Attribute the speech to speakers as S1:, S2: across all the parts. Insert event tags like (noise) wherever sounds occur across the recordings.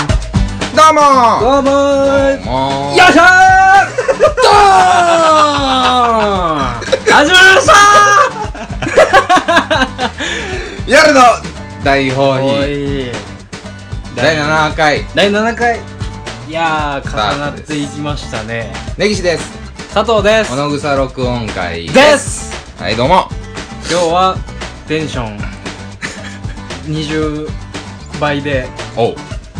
S1: どうもも
S2: どうもーよいしょードーン始まりました
S1: 夜の大放
S2: ー
S1: 棄
S2: おい
S1: 第7回
S2: 第7回いやー重なっていきましたね
S1: 根岸です
S2: 佐藤です
S1: 小野草録音会
S2: です
S1: はいどうも
S2: 今日はテンション20倍で
S1: おう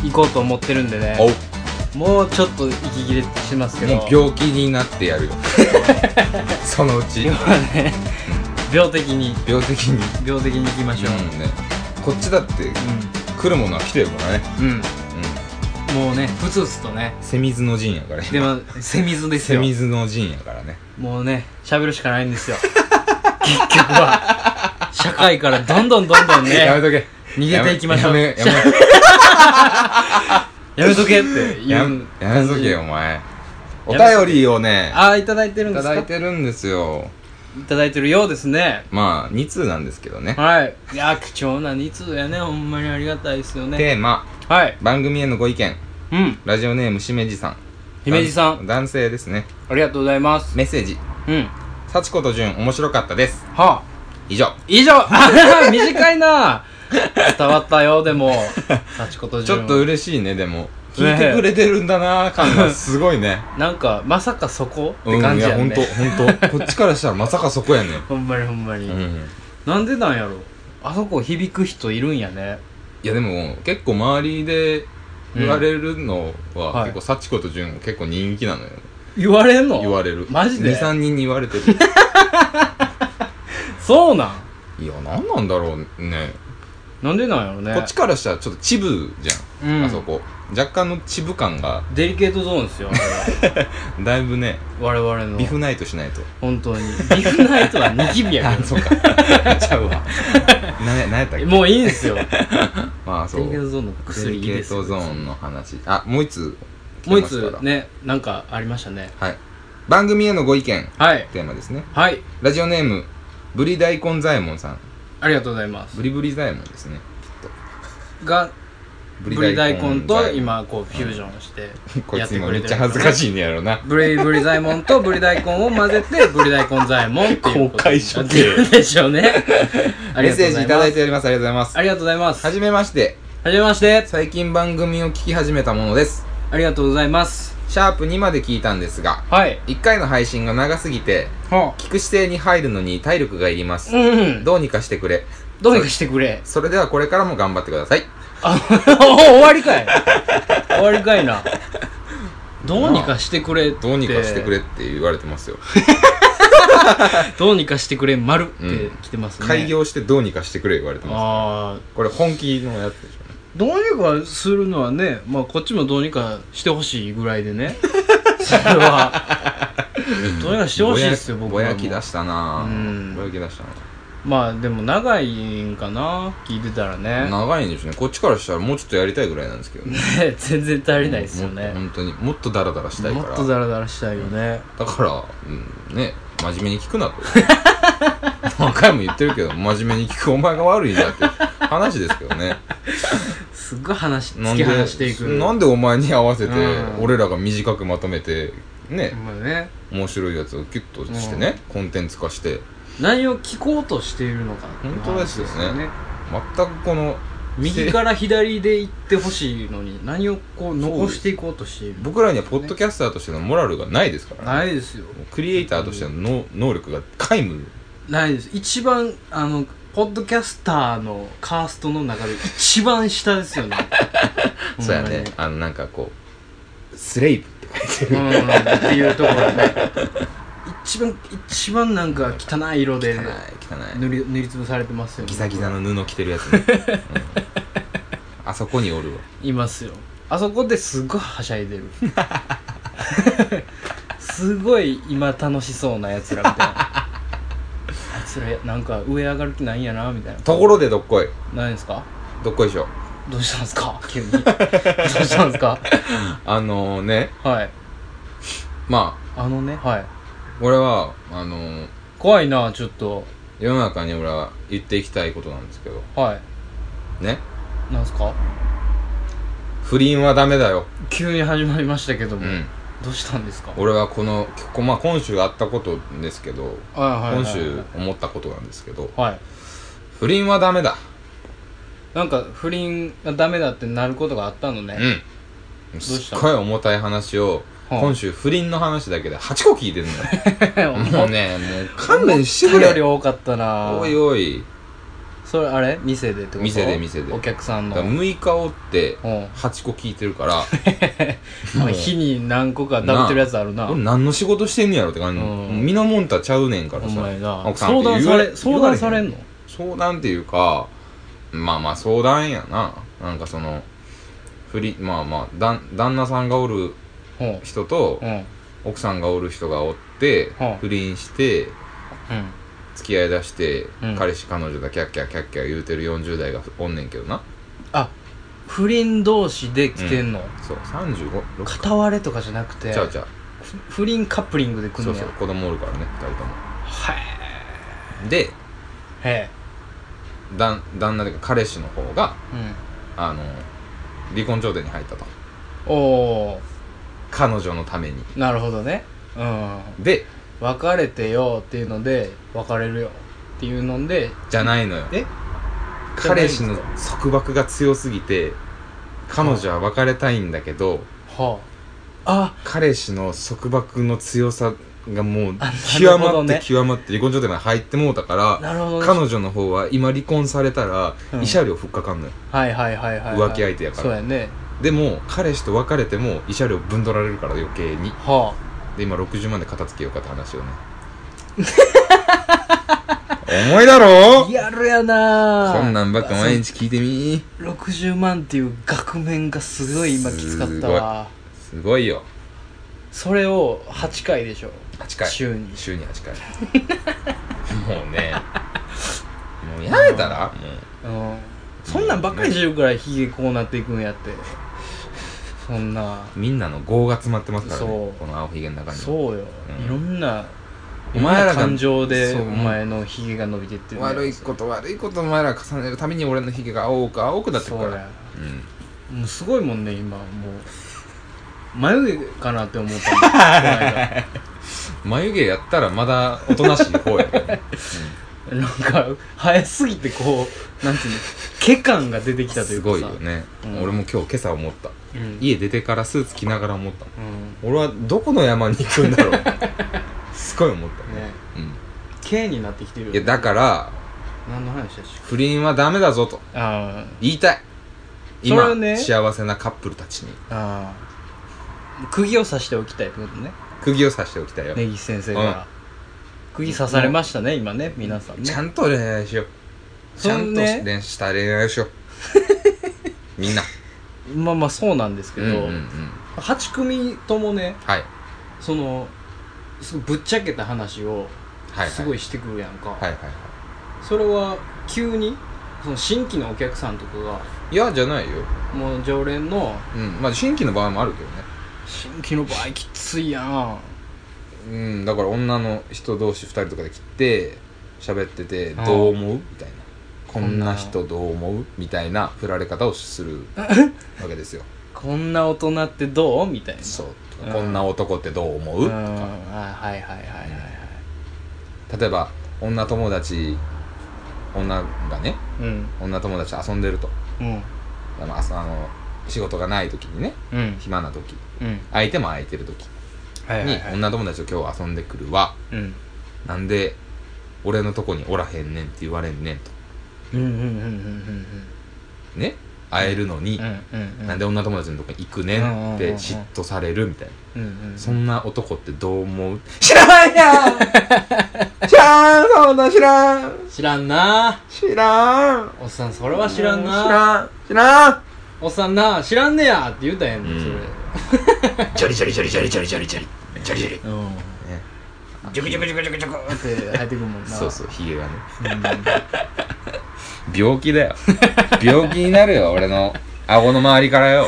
S2: 行こうと思ってるんでね
S1: おう
S2: もうちょっと息切れしますけど
S1: もう病気になって
S2: (laughs)
S1: やるよそのうち
S2: 今日は (laughs) ね病的に
S1: 病的に
S2: 病的に行きましょう
S1: うんねこっちだって来るものは来てるからね
S2: うん、うん
S1: う
S2: もうねふつふつとね
S1: んセミズの陣やから
S2: でもセミズです
S1: セ
S2: よ
S1: ミズの陣やからね
S2: もうね喋るしかないんですよ (laughs) 結局は社会からどんどんどんどんね
S1: や
S2: や
S1: めとけ
S2: 逃げていきましょう
S1: やめやめや
S2: めとけって
S1: めや
S2: 言う
S1: めやめとけよお前お便りをね
S2: ああいただいてるん
S1: い
S2: で
S1: た
S2: すか
S1: だいてるんですよ
S2: いただいてるようですね
S1: まあ2通なんですけどね
S2: はいいや貴重な2通やねほんまにありがたいですよね
S1: テーマ
S2: はい
S1: 番組へのご意見
S2: うん
S1: ラジオネームしめじさん
S2: 姫路さん
S1: 男男性ですね
S2: ありがとうございます
S1: メッセージ
S2: うん
S1: 幸子と純面白かったです
S2: はあ
S1: 以上
S2: 以上 (laughs) あら短いな伝わったよで
S1: (laughs)
S2: も幸子と
S1: ち
S2: 純
S1: ょっと
S2: は
S1: 嬉しいねでも
S2: ええ
S1: 聞いてくれてるんだなー感がすごいね
S2: なんかまさかそこ (laughs) っ
S1: うん
S2: て
S1: い
S2: 感じや
S1: や
S2: ね、
S1: 本当本当こっちからしたらまさかそこやね
S2: ほんまにほんまに、
S1: うん
S2: なんでなんやろあそこ響く人いるんやね
S1: いやでも結構周りで言われるの
S2: うんは
S1: はい結構幸子と純結構人気なのよ
S2: 言われんの
S1: 言われる
S2: マジで
S1: 23人に言われてる
S2: そうなん
S1: いや何なんだろうね
S2: なんでなんやろね
S1: こっちからしたらちょっとチブじゃん、
S2: うん
S1: あそこ若干のチブ感が
S2: デリケートゾーンですよ
S1: (laughs) だいぶね
S2: 我々我々の
S1: ビフナイトしないと
S2: 本当にビフナイトはニキビや
S1: あ
S2: け
S1: そうかちゃうわ (laughs) な何やったっけ
S2: どもういいんすよデ
S1: まあそ
S2: リ
S1: う
S2: ケートゾーンの
S1: デ
S2: 薬い
S1: リ
S2: い
S1: ケ
S2: で
S1: ー
S2: すよ
S1: トゾーンの話あもう一つ来
S2: もう
S1: て
S2: 一
S1: ますから
S2: つねなんかありましたね
S1: はい番組へのご意見
S2: はい
S1: テーマですね
S2: はい
S1: ラジオネームブリ大根左衛門さん
S2: ありがとうございます
S1: ブリブリ左衛門ですね
S2: がブリ大
S1: 左
S2: 根
S1: 衛門
S2: と今こうフュージョンして
S1: (laughs) こい
S2: やっ
S1: つ
S2: て
S1: 今
S2: く
S1: め
S2: れ
S1: ってち
S2: る
S1: ゃ恥ずかしいねやろな
S2: ブリブリザイモンとブリ大根を混ぜてブリ大根ザイモンっていうこと
S1: 公開処刑
S2: になってるでしょ
S1: (laughs)
S2: うねあ
S1: メッ
S2: りがと
S1: セー
S2: うござ
S1: ジい
S2: い
S1: た
S2: ま
S1: だい
S2: す
S1: ておりますありがとうございます
S2: ありがとうございます
S1: はじめまして
S2: はじめまして
S1: 最近番組を聞き始めたものです
S2: ありがとうございます
S1: シャープ2まで聞いたんですが
S2: はい
S1: 1回の配信が長すぎて
S2: は
S1: 聞く姿勢に入るのに体力がいります
S2: うんど
S1: どうにかしてくれ
S2: どうにかしてく
S1: (laughs)
S2: れ
S1: それではこれからも頑張ってください
S2: あ終わりかい終わりかいなどうにかしてくれって
S1: どうにかしてくれって言われてますよ、
S2: どうにかしてくれ丸って
S1: うん
S2: 来てますね
S1: 開業してどうにかしてくれ言われてま
S2: ああ
S1: すこれ本気のやつでしょうね
S2: どうにかするのはねまあこっちもどうにかしてほしいぐらいで
S1: (laughs)
S2: ねそれはどうにかしてほしいですよ
S1: ぼや
S2: 僕
S1: ぼ
S2: はもう
S1: やき出したなぁ
S2: うん
S1: ぼやき出した
S2: まあでも長いんかな聞いてたら
S1: な
S2: ね
S1: 長いんですねこっちからしたらもうちょっとやりたいぐらいなんですけどね
S2: (laughs) 全然足りないですよ
S1: もっと
S2: ね
S1: 本当にもっとダラダラしたい
S2: も
S1: から
S2: っとダラダラしたいよね
S1: だから、うん、ね真面目に聞くなと (laughs) 何回も言ってるけど真面目に聞くお前が悪いなって話ですけどね
S2: すっごい話
S1: な
S2: 突
S1: んで
S2: き放していく
S1: なんでお前に合わせて
S2: うん
S1: 俺らが短くまとめてね
S2: まあね
S1: 面白いやつをギュッとしてね、コンテンツ化して
S2: 何を聞こうとしているのか
S1: 本当ですよね全くこの
S2: 右から左で行ってほしいのに何をこう残していこうとしている
S1: 僕らにはポッドキャスターとしてのモラルがないですから、ね、
S2: ないですよ
S1: クリエイターとしての能能力が皆無
S2: ないです一番あのポッドキャスターのカーストの中で一番下ですよね
S1: そうやねあのなんかこうスレイブって書いて
S2: うん、っていうところね一番一番なんか汚い色で
S1: る汚い汚い
S2: 塗り塗りつぶされてますよね
S1: ギザギザの布着てるやつ、
S2: (laughs)
S1: ねうんあそこにおるわ
S2: いますよあそこですごいはしゃいでる (laughs) すごい今楽しそうなやつらみたいなあいつらなんか上上がる気ないんやなみたいな
S1: ところでどっこい
S2: ないですか
S1: どっこいしょ
S2: どうしたんですか急にどうしたんですか
S1: あのね
S2: はい
S1: ま
S2: あのねはい
S1: あ俺はあのー
S2: 怖いなちょっと
S1: 世の中に俺は言っていきたいことなんですけど
S2: は
S1: ね
S2: いなんですか
S1: 不倫はダメだよ。
S2: 急に始まりましたけど
S1: う
S2: も、
S1: ん。
S2: どうしたんですか
S1: 俺はこの、こまあ、今週あったことですけど、
S2: はいはいはい
S1: 今週思ったことなんですけど、
S2: はい
S1: 不倫はダメだ。
S2: なんか不倫がダメだってなることがあったのね、
S1: うん。す
S2: した
S1: っごい重たい話を、
S2: はあ
S1: 今週不倫の話だけで8個聞いてるん
S2: (laughs)
S1: だよ。もうね、もう勘弁して
S2: お
S1: く
S2: より
S1: れ。
S2: 多かったな
S1: おいおい。
S2: それあれ店でってこと
S1: 店で店で
S2: お客さん
S1: だ
S2: の
S1: から6日追って
S2: うん
S1: 8個聞いてる
S2: (laughs)
S1: から、
S2: まあ日に何個かダブってるやつあるな
S1: 俺何の仕事してんねやろって感じ。
S2: うん
S1: 身のもんたちゃうねんから
S2: お
S1: さ。
S2: 前な
S1: 奥さん
S2: 相
S1: って
S2: 談
S1: 言
S2: さ
S1: わ
S2: れ相談されん
S1: 言わ
S2: の
S1: へん相談っていうか、まあまあ相談やな。なんかその、不倫、まあまあ、だん旦那さんがおる
S2: うんうん
S1: 人と、
S2: うん
S1: 奥さんがおる人がおって
S2: はあ、
S1: 不倫して、付き合いだして、
S2: うん
S1: 彼氏彼女だキャッキャキャッキャ言うてる40代がおんねんけどな
S2: あ不倫同士で来てんの、
S1: そう35六
S2: 片割れとかじゃなくて
S1: ちゃうちゃう
S2: ふ不倫カップリングで来ん
S1: そ
S2: の
S1: う
S2: や
S1: そう子供おるからね2人とも
S2: はい
S1: で
S2: へえ
S1: 旦旦那で彼氏の方が
S2: う
S1: あの離婚調停に入ったと
S2: んおお
S1: 彼女のために
S2: なるほどねうん
S1: で
S2: 別れてよっていうので別れるよっていうので
S1: じゃないのよ
S2: え
S1: 彼氏の束縛が強すぎて彼女は別れたいんだけど
S2: はあ
S1: 彼氏の束縛の強さがもう
S2: あな
S1: 極
S2: るほ
S1: ま
S2: ど
S1: って
S2: ね
S1: 極まって離婚調停に入ってもうたから
S2: あなるほどね
S1: 彼女の方は今離婚されたら
S2: うん
S1: 慰謝料ふっかかんのよ、
S2: はいはいはいはい、はい、
S1: 浮気相手やから
S2: そうやね
S1: でも彼氏と別れても慰謝料ぶん取られるから余計に
S2: は
S1: で今60万で片付けようかって話を
S2: (laughs)
S1: ね重いだろ
S2: あリアルやな
S1: こんなんばっか毎日聞いてみ
S2: 60万っていう額面がすごい今きつかったわ
S1: すごいよ
S2: それを8回でしょ
S1: 8回
S2: 週に
S1: 週に8回
S2: (laughs)
S1: もうねもうやめたらも
S2: うんそんなんばっかりしてるからヒゲこうなっていくん
S1: (laughs)
S2: やってそんな
S1: うみんなの業が詰まってますから
S2: そう
S1: ねこの青ひげの中に
S2: そうよ、
S1: うん
S2: いろんな
S1: お前らが
S2: いろんな感情で
S1: そ
S2: お
S1: う
S2: 前のヒゲが伸びてってるんだよ
S1: 悪いこと悪いことお前ら重ねるために俺のひげが青く青くなってく
S2: そ
S1: か
S2: う
S1: ら
S2: や
S1: うん
S2: もうすごいもんね今もう眉毛かなって思っ
S1: (laughs)
S2: たもんこの間
S1: 眉毛やったらまだおとなしい方やけどね
S2: なんか生えすぎてこうな
S1: (laughs)
S2: んていうの毛感が出てきたと (laughs)
S1: す
S2: いうかさ
S1: ごいよね、
S2: うん
S1: 俺も今日今朝思った
S2: うん
S1: 家出てからスーツ着ながら思ったもん
S2: うん
S1: 俺はどこの山に行くんだろう
S2: (laughs)
S1: すごい思ったね
S2: ね毛になってきてる
S1: う
S2: よ
S1: ん、いやだから
S2: 何の話でし
S1: 不倫はダメだぞと
S2: たあ
S1: 言いたい
S2: それ
S1: 今、
S2: はね
S1: 幸せなカップルたちに
S2: あああ釘を刺しておきたいってことね
S1: 釘を刺しておきたいよ、
S2: 根岸先生から、釘刺されましたね今ね皆さんね
S1: ちゃんと恋愛しよう、ちゃんと
S2: そのね
S1: 恋した恋愛を
S2: (laughs)
S1: しようみんな
S2: まあまあそうなんですけど、
S1: うんうんうん
S2: 8組ともね
S1: はい
S2: そのすごいぶっちゃけた話を
S1: はいはい
S2: すごいしてくるやんか、
S1: はいはいは
S2: それは急にその新規のお客さんとかが
S1: いいやじゃないよ
S2: もう常連の
S1: うんまあ新規の場合もあるけどね
S2: 新規の場合きついやん
S1: うんだから女の人同士2人とかで来て喋ってて
S2: うん
S1: どう思うみたいなこん
S2: こん
S1: な
S2: な
S1: 人どう思うみたいな振られ方をするわけですよ
S2: こんな大人ってどうみたいな
S1: そう
S2: うん
S1: こんな男ってどう思う、
S2: うんあはいはいはいはいはい
S1: 例えば女友達女がね
S2: うん
S1: 女友達と遊んでると
S2: うん
S1: あのあそあの仕事がない時にね
S2: うん
S1: 暇な時
S2: うん
S1: 相手も空いてる時
S2: はいはい
S1: に
S2: はい
S1: 女友達と今日遊んでくるわ
S2: うん
S1: なんで俺のとこにおらへんねんって言われんねんと
S2: うんうんうんうん
S1: ね会えるのに、
S2: うんうんうん
S1: なんで女友達のとこに行くねんって嫉妬されるみたいな、
S2: うんうんうん
S1: そんな男ってどう思う知らないや (laughs) ん知らんそんな知らん
S2: 知らんな
S1: 知らん
S2: おっさんそれは知らん
S1: 知
S2: な
S1: らん知らん
S2: おっさんな知らんねやって言うたんや
S1: う
S2: ん
S1: ん
S2: それ
S3: ジャリジャリジャリジャリジャリジャリジャリジャリジャリ
S2: うん
S3: ジュクジュクジュクジュクジュク
S2: って入ってくるもんな
S1: そうそうヒゲがね
S2: うん
S1: 病気だよ病気になるよ俺の顎の周りからよ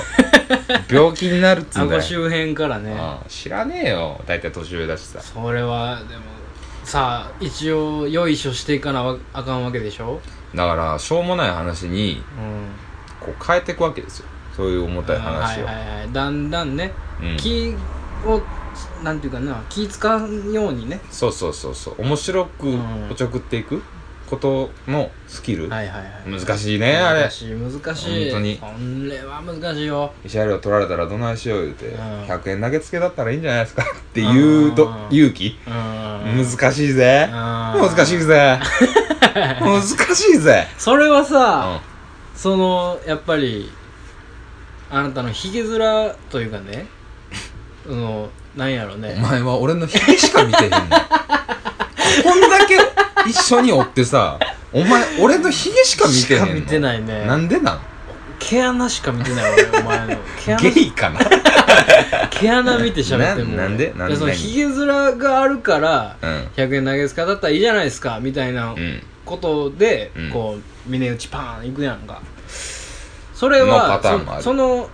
S1: 病気になるっつうんだ
S2: 顎
S1: よ
S2: 周辺からね
S1: ああ知らねえよ大体年上だしさ
S2: それはでもさあ一応よいしょしていかなあかんわけでしょ
S1: だからしょうもない話に
S2: う
S1: こ
S2: ん
S1: う変えていくわけですよそういう重たい話を、
S2: はいはいはいだんだんね、
S1: うん
S2: 気をなんていうかな気使うようにね
S1: そうそうそうそう面白く
S2: うん
S1: おちょくっていくことのスキル、
S2: はいはいはい
S1: 難しいねあれ
S2: 難しい難しい
S1: 本当に
S2: これは難しいよ
S1: 慰謝料取られたらどないしよう言うて、
S2: うん
S1: 100円投げつけだったらいいんじゃないです
S2: (laughs)
S1: かって言うと
S2: うん
S1: 勇気
S2: うん
S1: 難しいぜ難
S2: 難
S1: しい
S2: (laughs)
S1: ぜ難しいぜ
S2: それは
S1: う
S2: さ、
S1: ん
S2: そのやっぱりあなたのひげ面というかねそのなんやろう
S1: お
S2: ね
S1: 前は俺のヒゲしか見てへん
S2: (laughs)
S1: ねんこんだけ一緒に追ってさお前俺のヒゲしか見てへん
S2: し
S1: の
S2: か見てないね
S1: なんでなん
S2: 毛穴しか見てない俺お前の毛穴
S1: ゲイか
S2: (laughs)
S1: な
S2: 毛穴見て喋っても
S1: ななんでなんで
S2: いやそのひげ面があるから
S1: うん
S2: 100円投げすかだったらいいじゃないですかみたいな
S1: うん
S2: ことで、
S1: うん
S2: こう峰打ちパーンいくやんかそれ
S1: のパ
S2: は
S1: ターンもある
S2: そその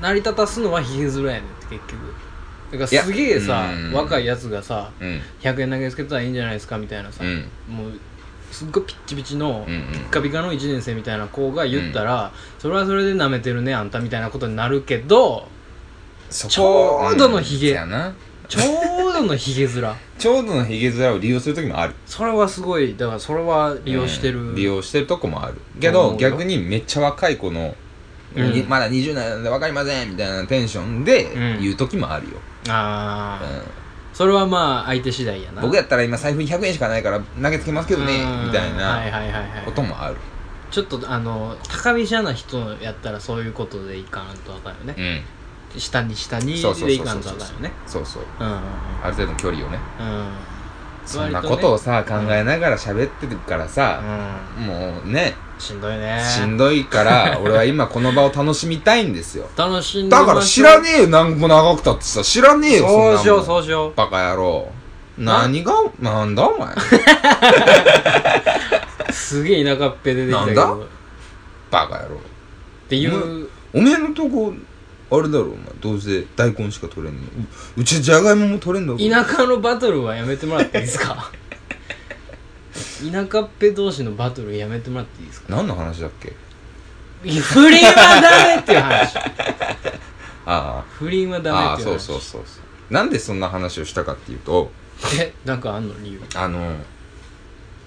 S2: 成り立たすのはひげ面やねんって結局だから
S1: いや
S2: すげえさ
S1: うん
S2: 若いやつがさ
S1: うん
S2: 100円投げつけたらいいんじゃないですかみたいなさ、
S1: うん
S2: もうすっごいピッチピチの
S1: うんうん
S2: ピッカピカの1年生みたいな子が言ったら、それはそれで舐めてるねあんたみたいなことになるけど
S1: そこ
S2: ちょうどのヒゲ
S1: うんやな
S2: ちょうどのひげ面 (laughs)
S1: ちょうどのヒゲ面を利用する時もある
S2: それはすごいだからそれは利用してる、
S1: うん利用してるとこもあるけ
S2: う
S1: ど
S2: ん
S1: 逆にめっちゃ若い子の、
S2: うん
S1: にまだ20代なんで分かりませんみたいなテンションで
S2: うん
S1: 言う時もあるよ、
S2: あ
S1: う
S2: あ、
S1: ん
S2: それはまあ相手次第やな
S1: 僕やったら今財布に100円しかないから投げつけますけどね
S2: うん
S1: みたい
S2: はい
S1: な
S2: はいはいはい
S1: こともある
S2: ちょっとあの高飛車な人やったらそういうことでいかんとあかんよね
S1: う、ん
S2: 下に下に
S1: そうそうそうそう
S2: でいかんとあかんよね
S1: そうそう
S2: うんうん
S1: ある程度の距離をね
S2: うんうん
S1: そんなことをさ考
S2: とね
S1: えながら喋ってるから
S2: う
S1: さ、
S2: ん
S1: もうね
S2: しんどいね
S1: しんどい
S2: (laughs)
S1: から俺は今この場を楽しみたいんですよ
S2: 楽しんで
S1: だから知ら
S2: ね
S1: ねえよ何個長くたってさ知らねえよそんな
S2: そ
S1: も
S2: うんしようそうしよう
S1: バカ野郎何がなんだお前 (laughs)
S2: すげえ田舎っぺ出てきたけ
S1: な
S2: ど
S1: ん
S2: っ
S1: だバカ野郎
S2: ていう、
S1: おめえのとこあれだろお前どうせ大根しか取れんのううちじゃがいもも取れんだろ
S2: 田舎のバトルはやめてもらっていいで
S1: (laughs)
S2: すか田舎っぺ同士のバトルやめてもらっていいですか
S1: 何の話だっけ
S2: 不倫はダメってい
S1: (laughs)
S2: う話
S1: あ
S2: 不倫は
S1: ああ
S2: ダメっ
S1: あ
S2: ていう話
S1: そうそうそうそうなんでそんな話をしたかっていうと
S2: えなんかあんの理由
S1: あの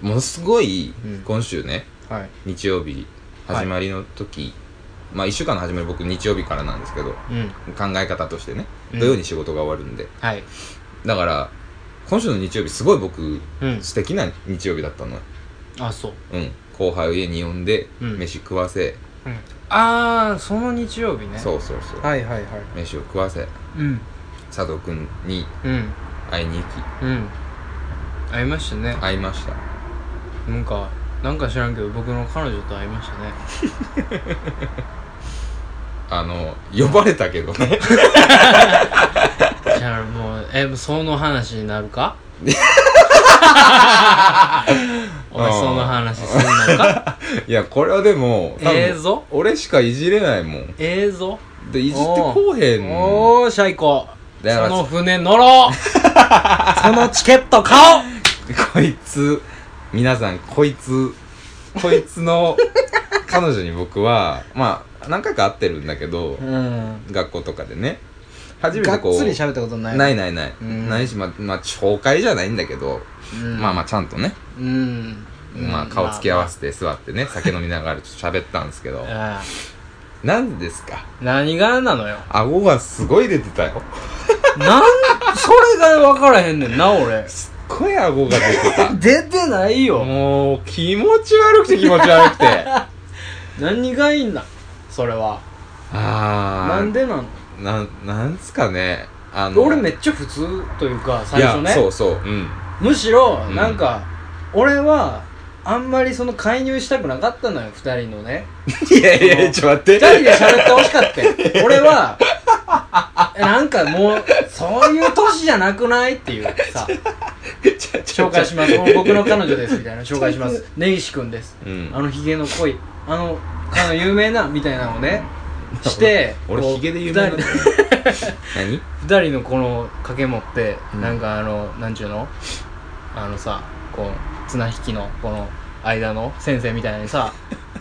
S1: ものすごい
S2: うん
S1: 今週ね、
S2: はい
S1: 日曜日始まりの時、まあ1週間の始まり僕日曜日からなんですけど
S2: うん
S1: 考え方としてね
S2: うん
S1: 土曜に仕事が終わるんで、
S2: はい
S1: だから今週の日曜日すごい僕
S2: うん
S1: 素敵な日曜日だったのよ
S2: あそう
S1: うん後輩を家に呼んで
S2: うん
S1: 飯食わせ、
S2: うんああその日曜日ね
S1: そうそうそう、
S2: はいはいはい
S1: 飯を食わせ
S2: うん
S1: 佐藤君に
S2: うん
S1: 会いに行き
S2: うん会いましたね
S1: 会いました
S2: なんかなんか知らんけど僕の彼女と会いましたね
S1: あの呼ばれたけどね
S2: じゃあもうえその話になる
S1: (laughs)
S2: かお前その話すんのか
S1: (laughs) いやこれはでも多分
S2: ええぞ
S1: 俺しかいじれないもん
S2: ええぞ
S1: でいじってこうへん
S2: おおシャイコそ
S1: だから
S2: の船乗ろう
S1: (laughs)
S2: そのチケット買おう
S1: こいつ皆さんこいつこいつ
S2: (laughs)
S1: の彼女に僕はまあ何回か会ってるんだけど
S2: うん
S1: 学校とかでね初め
S2: が
S1: てこ
S2: っ
S1: う
S2: つり喋ったことない、
S1: ないいないない、
S2: うん
S1: ないしままあ紹介じゃないんだけど、
S2: うん、
S1: まあまあちゃんとね、
S2: うん
S1: まあ顔つき合わせて座ってね酒飲みながらちょっと喋ったんですけど
S2: まあまああ
S1: なんでですか
S2: あ何がなのよ
S1: 顎がすごい出てたよ
S2: なんそれが分からへんねんな俺
S1: すっごい顎が出てた
S2: 出てない (laughs) よ
S1: もう気持ち悪くて気持ち悪くてあ
S2: 何がいいんだそれは
S1: あ
S2: なんでなの
S1: なんなんすかねあの
S2: 俺めっちゃ普通というか最
S1: い
S2: 初
S1: やそ
S2: ね
S1: うそう
S2: (laughs)
S1: うん
S2: むしろ
S1: うん
S2: なんか、俺はあんまりその介入したくなかったのよ二人のね
S1: いやい
S2: や
S1: や
S2: ち
S1: ちょっと待っ
S2: 二人で喋ってほしかったよ俺はなんかもうそういう年じゃなくないっていうさ
S1: て
S2: 紹
S1: (laughs)
S2: 介します僕の彼女ですみたいな紹介します根岸君です
S1: うん
S2: あのヒゲの濃いあのあの有名なみたいなのをねして
S1: 俺
S2: こう
S1: ヒゲで有名なん
S2: 二
S1: だ
S2: 人
S1: よ何
S2: 二人のこの掛け持って、
S1: うん
S2: なんかあのなんちゅうのあのさこう綱引きのこの間の先生みたいにさ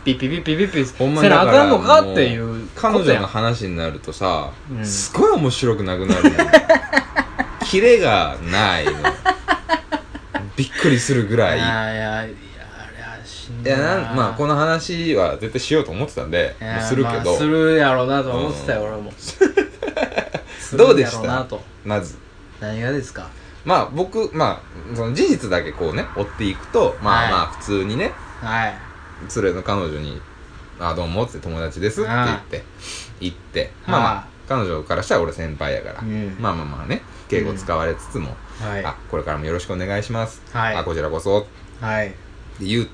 S2: ピッピッピッピッピッピ
S1: ほんま
S2: せ
S1: にだ
S2: なあ
S1: か
S2: からんのかっていう
S1: 彼
S2: こと
S1: 女
S2: やん
S1: の話になるとさ、
S2: うん
S1: すごい面白くなくな
S2: (laughs)
S1: るのキレがないのびっくりするぐらい
S2: い
S1: い
S2: やいやいやあれはしんど
S1: やなんまあこ
S2: の
S1: の話は絶対しようと思ってたんで、まあするけど、
S2: するやろうなと思ってたよ
S1: うん
S2: 俺もす
S1: どう
S2: る
S1: で
S2: や
S1: し
S2: ろ
S1: た
S2: うなと
S1: まず
S2: 何がですか
S1: まあ僕まあその事実だけこうね追っていくとま
S2: は
S1: あ
S2: い
S1: まあ普通にね
S2: はい
S1: 連れの彼女に「あどうも」って「友達です」って言って行ってまあま
S2: は
S1: あ彼女からしたら俺先輩やから、
S2: うん
S1: まあまあまあね敬語使われつつも、
S2: はい
S1: あこれからもよろしくお願いします、
S2: はい
S1: あこちらこそっ
S2: はい
S1: て言っ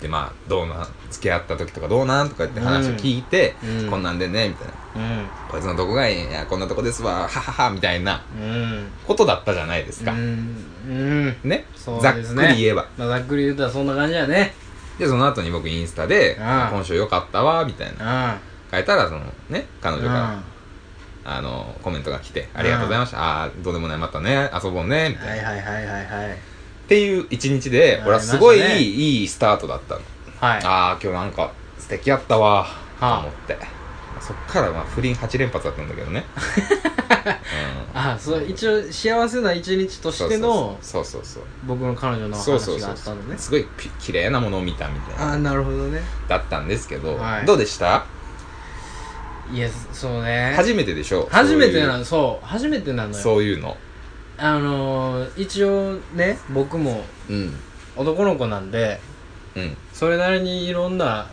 S1: てまあどうなん付き合った時とかどうなんとかって話を聞いて、
S2: うん
S1: こんなんでねみたいな、
S2: うん
S1: こいつのどこがいいんやこんなとこですわはははみたいな
S2: うん
S1: ことだったじゃないですか、
S2: うんうん
S1: ね
S2: そう
S1: ざっ
S2: です
S1: く
S2: ね
S1: り言えば
S2: まあざっくり言うたらそんな感じやね
S1: でその後に僕インスタで「
S2: うん
S1: 今週良かったわ」みたい
S2: うん
S1: な書いたらそのね彼女が
S2: うん
S1: あのコメントが来て「ありがとうございました」ああーどうでもないまたね遊ぼうね」みたいな、
S2: はいはいはいはいはい
S1: っていう一日で
S2: はい
S1: 俺はすごいいい,、
S2: ありまし
S1: いいスタートだったの、
S2: はい
S1: ああ今日なんか素敵やったわと
S2: あ
S1: 思って、そっからまあ不倫8連発だったんだけど
S2: (laughs)
S1: ね、うん
S2: あそう一応幸せな一日としての
S1: そうそうそう
S2: 僕の彼女の
S1: そうそう
S2: 話が
S1: そ
S2: あ
S1: う
S2: っ
S1: そ
S2: た
S1: う
S2: のね
S1: すごいピ綺麗なものを見たみたい
S2: あ
S1: な
S2: あなるほどね
S1: だったんですけど、
S2: はい
S1: どうでした
S2: いやそうね
S1: 初めてでしょ
S2: 初めてな
S1: の
S2: のそう初めてなのよ
S1: そういうの
S2: あのー一応ね僕も
S1: うん
S2: 男の子なんで
S1: うん
S2: それなりにいろんな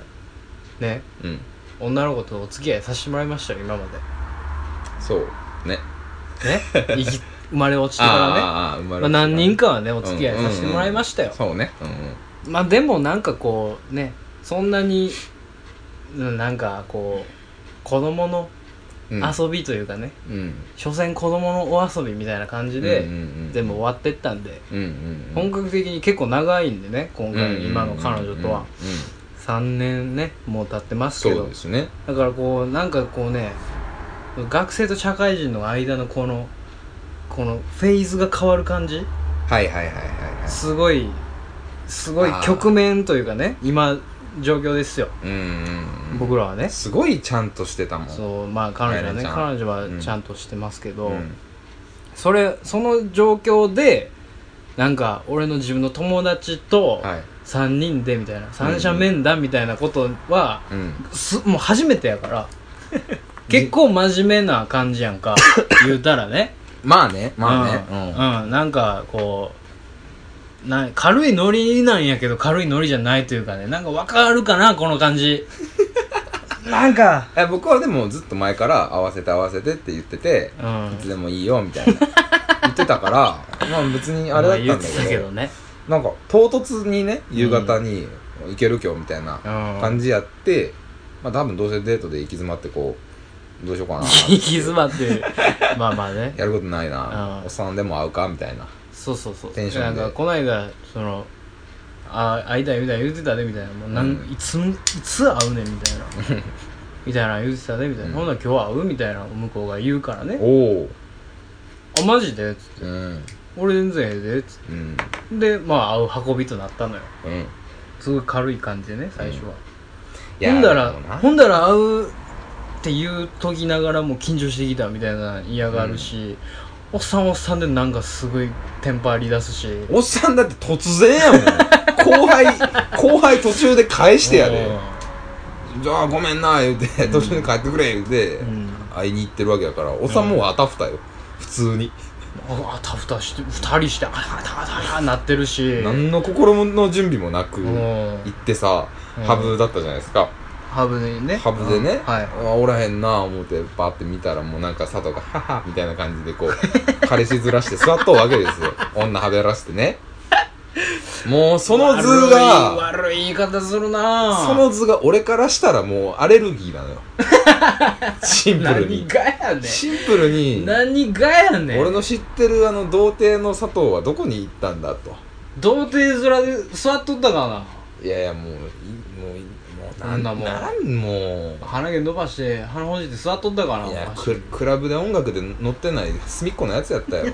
S2: ね
S1: うん
S2: 女の子とお付き合いさせてもらいましたよ今まで
S1: (laughs) そうね
S2: ね生き生まれ落ちてからね
S1: あーあー生ま
S2: ま
S1: れ
S2: あ、
S1: て
S2: 何人
S1: か
S2: かはねお付き合いさせてもらいましたよ、
S1: そうねうんうん
S2: まあでもなんかこうねそんなにうんなんかこう子供の
S1: うん
S2: 遊びというかね、
S1: うん
S2: 所詮子供のお遊びみたいな感じで、
S1: うんうんうん
S2: 全部終わってったんで、
S1: うんうんうん
S2: 本格的に結構長いんでね今回の今の彼女とは、
S1: うんうんうんうん
S2: 3年ねもう経ってますけ
S1: そう
S2: ど
S1: ですね
S2: だからこうなんかこうね学生と社会人の間のこのこのフェーズが変わる感じ
S1: はいはいはいはいは
S2: すごいすごい
S1: あー
S2: 局面というかね今状況ですよ
S1: いうんうん
S2: 僕らはね
S1: すごいちゃんとしてたもん
S2: そうまあ彼女は
S1: やれ
S2: ね
S1: ちゃん
S2: 彼女は
S1: うん
S2: ちゃんとしてますけど、
S1: うん
S2: それその状況でなんか俺の自分の友達と
S1: はい
S2: 3人でみたいな、三者面談みたいなことは
S1: うん
S2: すもう初めてやから
S1: (laughs)
S2: 結構真面目な感じやんか言うたらね
S1: まあねまあね
S2: うん、うんなんかこうな軽いノリなんやけど軽いノリじゃないというかねなんかわかるかなこの感じなんか
S1: え僕はでもずっと前から合わせて合わせてって言ってて
S2: うんま
S1: いつでもいいよみたいな
S2: (laughs)
S1: 言ってたからまあ別にあ
S2: あ
S1: れだったん
S2: 言
S1: だ
S2: ってたけどね
S1: なんか唐突にね夕方に行ける今日みたいな
S2: うん
S1: 感じやって、まあ多分どうせデートで行き詰まってこうどうしようかな
S2: 行き詰まってるまあまあね
S1: やることないな
S2: う
S1: お
S2: ん
S1: っさんでも会うかみたいな
S2: そうそうそう
S1: テンションで
S2: なんかこの間そのあ会いたいみたいな言うてたでみたいなもうなん、
S1: うん
S2: いついつ会うねんみた
S1: (laughs)
S2: いなみたいな言うてたでみたいな、ほんなら今日会うみたいな向こうが言うからね
S1: おお
S2: あマジでつって
S1: うん
S2: 俺全然ええでつっ
S1: うん
S2: てでまあ会う運びとなったのよ
S1: うん
S2: すごい軽い感じでね最初は、
S1: いや
S2: ほんだ
S1: で
S2: ら
S1: もな
S2: ほんだら会うって言うときながらも緊張してきたみたいな嫌がるし、おっさんおっさんでなんかすごいテンパり出すし
S1: おっさんだって突然
S2: (laughs)
S1: やもん後輩後輩途中で返してや
S2: う
S1: で
S2: ん
S1: じゃあごめんな言うて途中で帰ってくれ言うて、
S2: ん
S1: 会いに行ってるわけやからおっさんもうあたふたよ、普通に
S2: ああたふたして二人してあたたたたなってるし
S1: 何の心の準備もなく、
S2: も
S1: 行ってさ、
S2: うん
S1: ハブだったじゃないですか、
S2: うハブでね
S1: ハブでね、
S2: はい
S1: あおらへんなぁ思ってバーって見たらもうなんか佐藤が「はは」みたいな感じで
S2: (laughs)
S1: こう彼氏ずらして座っとうわけですよ女はべらしてねもうその図が
S2: 悪い悪い言い方するなぁ
S1: その図が俺からしたらもうアレルギーなの
S2: (laughs)
S1: よシンプル
S2: 何
S1: に
S2: がやね
S1: シンプル
S2: ん
S1: に
S2: 何がやねん
S1: 俺の知ってるあの童貞の佐藤はどこに行ったんだと
S2: 童貞面で座っとったか
S1: いやいやもういもういもう
S2: なんだもう
S1: なんもう
S2: な鼻毛伸ばして鼻ほじって座っとったかない
S1: やククラブで音楽で乗ってない隅っこのやつやっ
S2: (laughs)
S1: たよ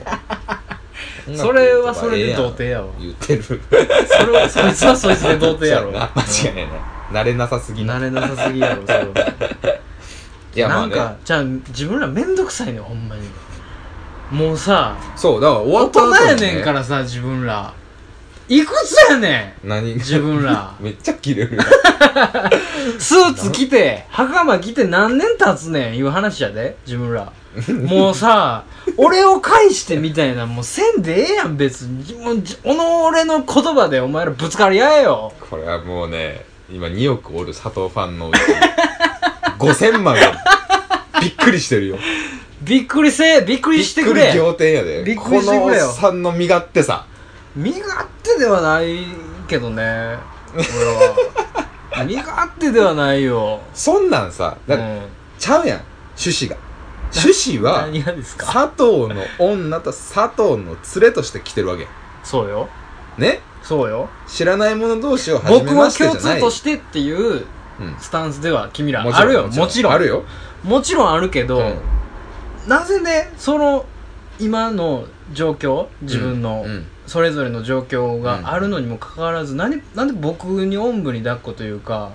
S2: それはそれで童貞やわ
S1: 音楽とかええやん言ってる (laughs)
S2: それはそいつはそいつで童貞やろ
S1: そうな間違いないな慣れなさすぎ
S2: 慣れなさすぎやろそれは
S1: いやま
S2: な
S1: あ
S2: ん
S1: ね
S2: かじゃあ自分らめんどくさいねほんまにもうさ
S1: そうだから終わ
S2: 大
S1: った後
S2: 人
S1: に
S2: やねんからさ自分らいくつやね
S1: 何
S2: ん自分ら
S1: (laughs) めっちゃ切れるな
S2: (laughs) スーツ着て袴着て何年経つねんいう話やで自分 (laughs) らもうさ俺を返してみたいなもうせんでええやん別にもうじ己の言葉でお前らぶつかり合えよ
S1: これはもうね今2億おる佐藤ファン
S2: (laughs)
S1: のうち5000万がびっくりしてるよ
S2: びっくりせえびっくりしてく
S1: びっくり
S2: れ
S1: 仰天やで
S2: びっくりしてくれよ
S1: このおっさんの身勝手さ
S2: 身勝手ではないけどね俺は身勝手ではないよ、
S1: そんなんさ
S2: う
S1: だって
S2: ん、
S1: ちゃうやん趣旨が趣旨は
S2: 何がですか
S1: 佐藤の女と佐藤の連れとして来てるわけや
S2: そうよ
S1: んね
S2: そうよ
S1: 知らない者同士を始め
S2: 僕
S1: ま
S2: は
S1: して
S2: 共
S1: じゃな
S2: 通
S1: い
S2: としてっていう
S1: うん
S2: スタンスでは君らあるよもちろん
S1: あるよ
S2: もちろんあるけど、
S1: うん
S2: なぜねその今の状況自分の
S1: うん
S2: それぞれの状況
S1: うん
S2: があるのにもかかわらず、何なんで僕におんぶに抱っこというか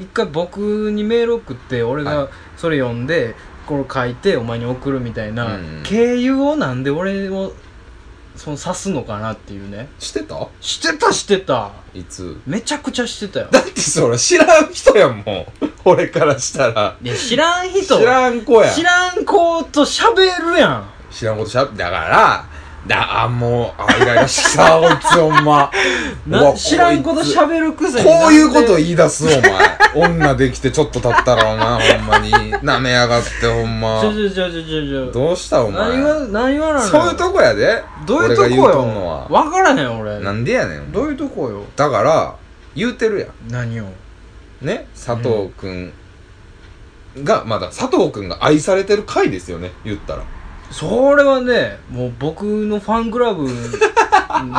S2: 一回僕にメール送って俺
S1: は
S2: がそれ読んで、これ書いてお前に送るみたいな、
S1: うんうん
S2: 経由をなんで俺をその指すのかなっていうね
S1: してた
S2: してたしてた
S1: いつ
S2: めちゃくちゃしてたよ
S1: だってそれ知らん人やもん (laughs) 俺からしたら
S2: いや知らん人
S1: 知らん子や
S2: 知らん子と喋るやん
S1: 知らんことしゃべだからだあもうあイライラしてき
S2: (laughs)
S1: たこいつほん (laughs) まう
S2: な
S1: わ
S2: 知らんこと
S1: こいつ
S2: 喋るくせに
S1: こういうこと
S2: い
S1: 言い出すお前女できてちょっと経ったらなほんまに舐めやがってほんま
S2: ちょちょちょちょちょちょ
S1: どうしたお前
S2: 何が何がなの
S1: そういうとこやで
S2: どういうとこ
S1: 俺が言うとんの
S2: よ
S1: は
S2: 分からへん俺
S1: なんでやねんお前
S2: どういうとこよ
S1: だから言うてるや
S2: 何を
S1: んね佐藤くんが、まだ佐藤くんが愛されてる回ですよね言ったら
S2: それはねもう僕のファンクラ
S1: (laughs)
S2: ブデ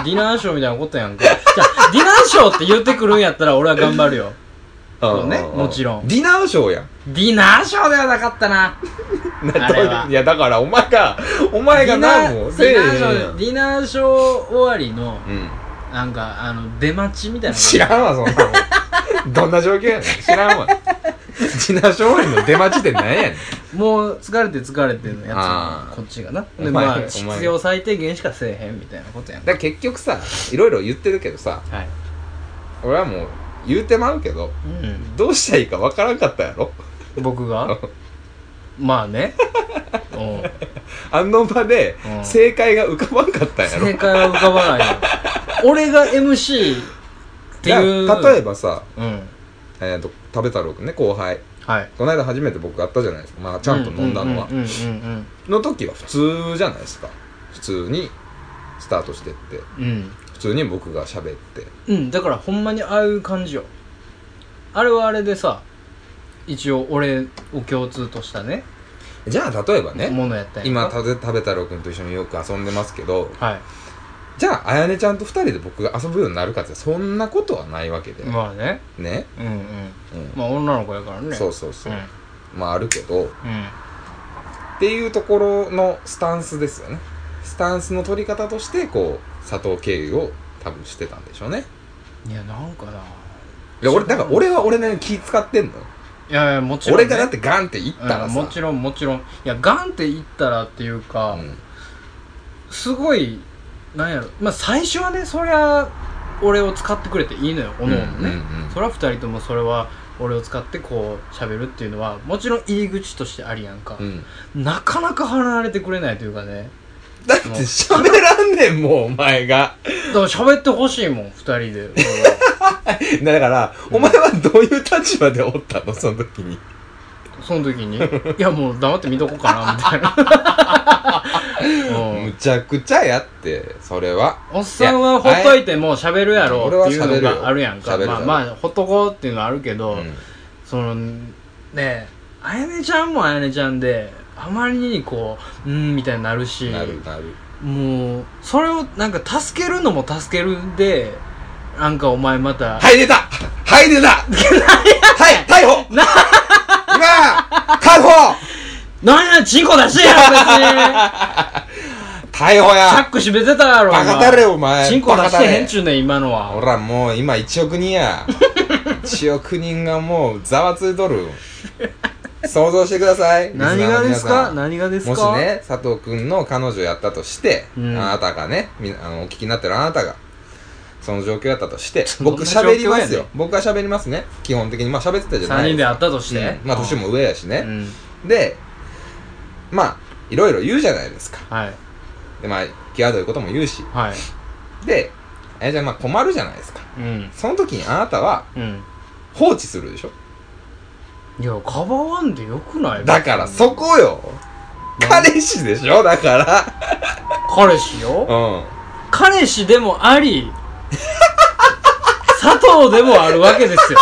S2: ィナーショーみたいなことやんかじゃあディナーショーって言ってくるんやったら俺は頑張るよそうね
S1: うんうんうん
S2: もちろん
S1: ディナーショーやん
S2: ディナーショーではなかったなあ
S1: (laughs)
S2: れはい
S1: やだからお前がお前がな
S2: ディナ
S1: もう
S2: ー
S1: せえへ
S2: ディ
S1: ん
S2: ナーシ
S1: や
S2: ョー
S1: ん
S2: ディナーショー終わりの
S1: う
S2: なんかあの出待ちみたい
S1: ん
S2: な
S1: 知らんわそんなもん (laughs) どんな状況やねん知らんわディナーショーへの出待ちって何やねん
S2: もう疲れて疲れてのやつ
S1: あー
S2: こっちがな
S1: お前
S2: でま
S1: お前
S2: あ必要最低限しかせえへんみたいなことやん
S1: だから結局さいろいろ言ってるけどさ
S2: はい
S1: 俺はもう言うてまうけどどうしたらいいかわからんかったやろ (laughs)
S2: うん僕がまあねうん
S1: あの場で
S2: うん
S1: 正解が浮かばんかったんや
S2: (laughs)
S1: ろ
S2: 正解は浮かば
S1: (laughs)
S2: ないよ俺が MC っていう
S1: だから例え
S2: ば
S1: ばさ、
S2: うん
S1: えー、と食べ太郎くんね後輩
S2: はい
S1: この間初めて僕会ったじゃないですかまあちゃんと飲んだのは、
S2: うんうんうん
S1: の時は普通じゃないですか普通にスタートしてって
S2: うんうん
S1: 普通に僕が喋って
S2: うんうんだからほんまにああいう感じよあれはあれでさ一応俺を共通としたね
S1: じゃあ例えばね
S2: ものやったんやん
S1: 今
S2: か
S1: 食べ食べ太郎くんと一緒によく遊んでますけど
S2: はい
S1: じゃああやねちゃんと2人で僕が遊ぶようになるかってそんなことはないわけで、
S2: まあね
S1: ね、
S2: うんうん
S1: うん
S2: まあ女の子やからね
S1: そうそうそう、
S2: う
S1: まああるけど
S2: んうん
S1: っていうところのスタンスですよねスタンスの取り方としてこう佐藤経由を多分してたんでしょうね
S2: いやなんかない
S1: や俺だから俺は俺なりに気使ってんのよ、
S2: いやいやもちろん、ね、
S1: 俺がだってガンって言ったら
S2: う
S1: さ
S2: ん、もちろんもちろんいやガンって言ったらっていうか、
S1: うん
S2: すごいなんやろまあ最初はねそりゃ俺を使ってくれていいのよおのおのね、
S1: うんうんうん
S2: それは二人ともそれは俺を使ってこう喋るっていうのはもちろん入り口としてありやんか、
S1: うん
S2: なかなか離れてくれないというかね
S1: だって喋らんねんもうお前が
S2: だから喋ってほしいもん二人
S1: (laughs)
S2: で俺は
S1: だから、お前はどういう立場でおったのその時に。
S2: その時に (laughs) いやもう黙って見とこうかなみたい
S1: (laughs)
S2: な、うん
S1: むちゃくちゃやって、それは。
S2: おっさんはほっといても喋るやろ
S1: 俺は
S2: っていうの
S1: 喋るよ
S2: があるやんか
S1: 喋る
S2: まあまあほっとこうっていうのはあるけど、
S1: うん
S2: そのねえあやねちゃんもあやねちゃんであまりにこううんみたいになるし
S1: なるなる。
S2: もうそれをなんか助けるのも助けるでなんかお前また、
S1: はい、出たはい、出たはい、逮捕今確保
S2: なんやチンコ出して
S1: (laughs)
S2: や別に
S1: 逮捕
S2: チャッ
S1: や
S2: ク閉めてたやろ
S1: バカだれ、お前。
S2: チンコ出
S1: バ
S2: し
S1: カ
S2: て
S1: だれ
S2: へんちゅうねん今のは (laughs)
S1: ほら、もう今1億人や。 1億人がもうざわついとる想像してください
S2: 何がです
S1: リスナーの皆さ
S2: か
S1: ん
S2: 何がですか
S1: もしね佐藤君の彼女やったとして、
S2: うん
S1: あなたがねみあのお聞きになってるあなたがその状況やったとして
S2: そんな
S1: 僕喋ります
S2: 状況や
S1: よ、
S2: ね
S1: 僕は喋りますね基本的にまあ喋ってたじゃない
S2: 3人で
S1: あ
S2: 会ったとして、
S1: まあ年も上やし
S2: う
S1: ね、
S2: ん
S1: でまあいろいろ言うじゃないですか
S2: はい
S1: でまあ際どいことも言うし
S2: はい
S1: でえじゃあまあ困るじゃないですか
S2: うん
S1: その時にあなたは
S2: うん
S1: 放置するでしょ
S2: いやかばわんでよくない
S1: だからそこよ彼氏でしょだか
S2: 彼氏よ、
S1: らうん
S2: 彼氏でもあ
S1: (laughs)
S2: り佐藤でもあるわけですよ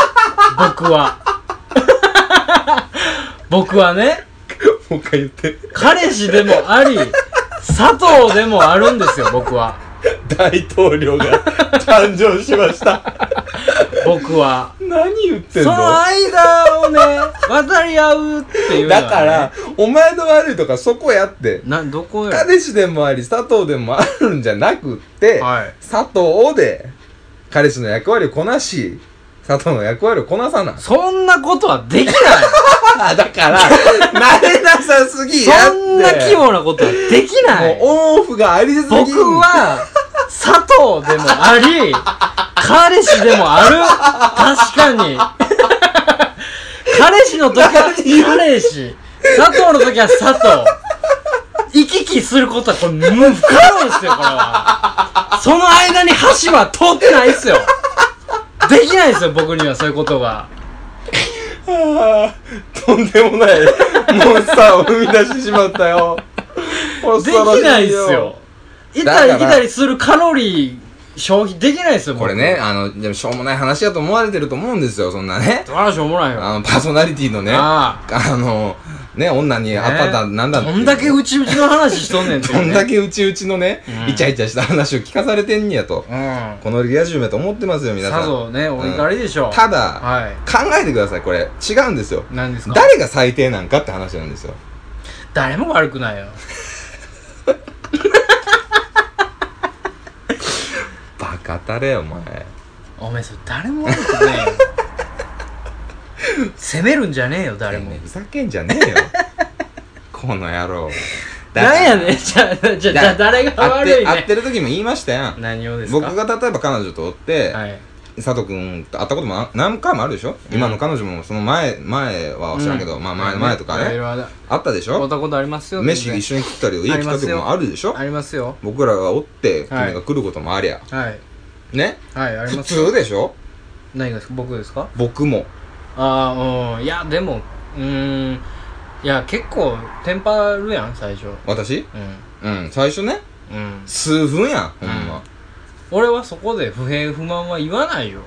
S2: 僕は (laughs) 僕はね
S1: もう一回言って
S2: 彼氏でもあり佐藤でもあるんですよ僕は
S1: 大統領
S2: (laughs)
S1: が誕生しました
S2: 僕は
S1: 何言って
S2: そ
S1: んの
S2: の間をね渡り合うっていうのは
S1: だ
S2: ね
S1: からお前の悪いとかそこやって
S2: などこよ
S1: 彼氏でもあり佐藤でもあるんじゃなくって、
S2: はい
S1: 佐藤で彼氏の役割をこなし佐藤の役割をこな
S2: (laughs)
S1: さない
S2: そんなことはできない
S1: (laughs) だから慣れなさすぎやって
S2: そんな規模なことはできな
S1: も
S2: い
S1: うオンオフがありすぎん
S2: 僕は、佐藤でもあり、彼氏でもある。確かに。彼氏の時は彼氏。佐藤の時は佐藤。行き来することはこれ、もう不可能ですよ、これは。その間に橋は通ってないですよ。できないですよ、僕にはそういうことが。
S1: あー (laughs) とんでもないモンスターを生み出してしまったよ
S2: できないですよ。行っ
S1: だ
S2: た
S1: から
S2: り来たりするカロリー消費できないですよ、僕
S1: これね。あのでもしょうもない話だと思われてると思うんですよそんなね
S2: 話おもろいよ。
S1: あのパーソナリティのねあ
S2: ああ。
S1: のね女にあっただ、
S2: ね
S1: なんだって
S2: ど
S1: いうん
S2: だけうちうちの話しとんねんってい
S1: ど
S2: うね
S1: んだけうちうちのね、
S2: うん
S1: イチャイチャした話を聞かされてんやと
S2: う
S1: このリア充めと思ってますよ
S2: ん
S1: 皆
S2: さ
S1: さん
S2: ぞねお怒りでしょう
S1: ただ
S2: は
S1: 考えてくださいこれ違うんですよ
S2: い何ですか
S1: 誰が最低なんかって話なんですよ
S2: 誰も悪くないよ
S1: バカたれお前
S2: おめえそれ誰も悪くないよ
S1: (laughs)
S2: 責めるんじゃねえよ誰も
S1: ねえふざけんじゃねえ
S2: (laughs)
S1: よこの野郎
S2: なんやねんじゃあじゃあじゃあ誰が悪い
S1: 会って会っ
S2: ね
S1: てる時も言いましたやん
S2: 何をですか
S1: 僕が例えば彼女とおって、
S2: はい
S1: 佐藤君と会ったこともな何回もあるでしょ、
S2: うん
S1: 今の彼女もその前前は知らんけど、まあ前前とか
S2: い
S1: ね
S2: ろいろ
S1: あったでし
S2: 会っ
S1: ょ
S2: たことありますよ
S1: 飯
S2: 全然
S1: 一緒に来たり家来た時もあるでしょ
S2: ありますよ
S1: 僕らがおって君
S2: はい
S1: が来ることもありゃ、
S2: はい
S1: ね
S2: はいあり
S1: 普
S2: ますよ
S1: 通でしょ
S2: 何がですか僕ですか
S1: 僕も
S2: ああうんいやでもうーんいや結構テンパるやん最初
S1: 私
S2: うん
S1: うん最初ね
S2: うん、
S1: 数分やんほんま、
S2: うん俺はそこで不平不満は言わないよ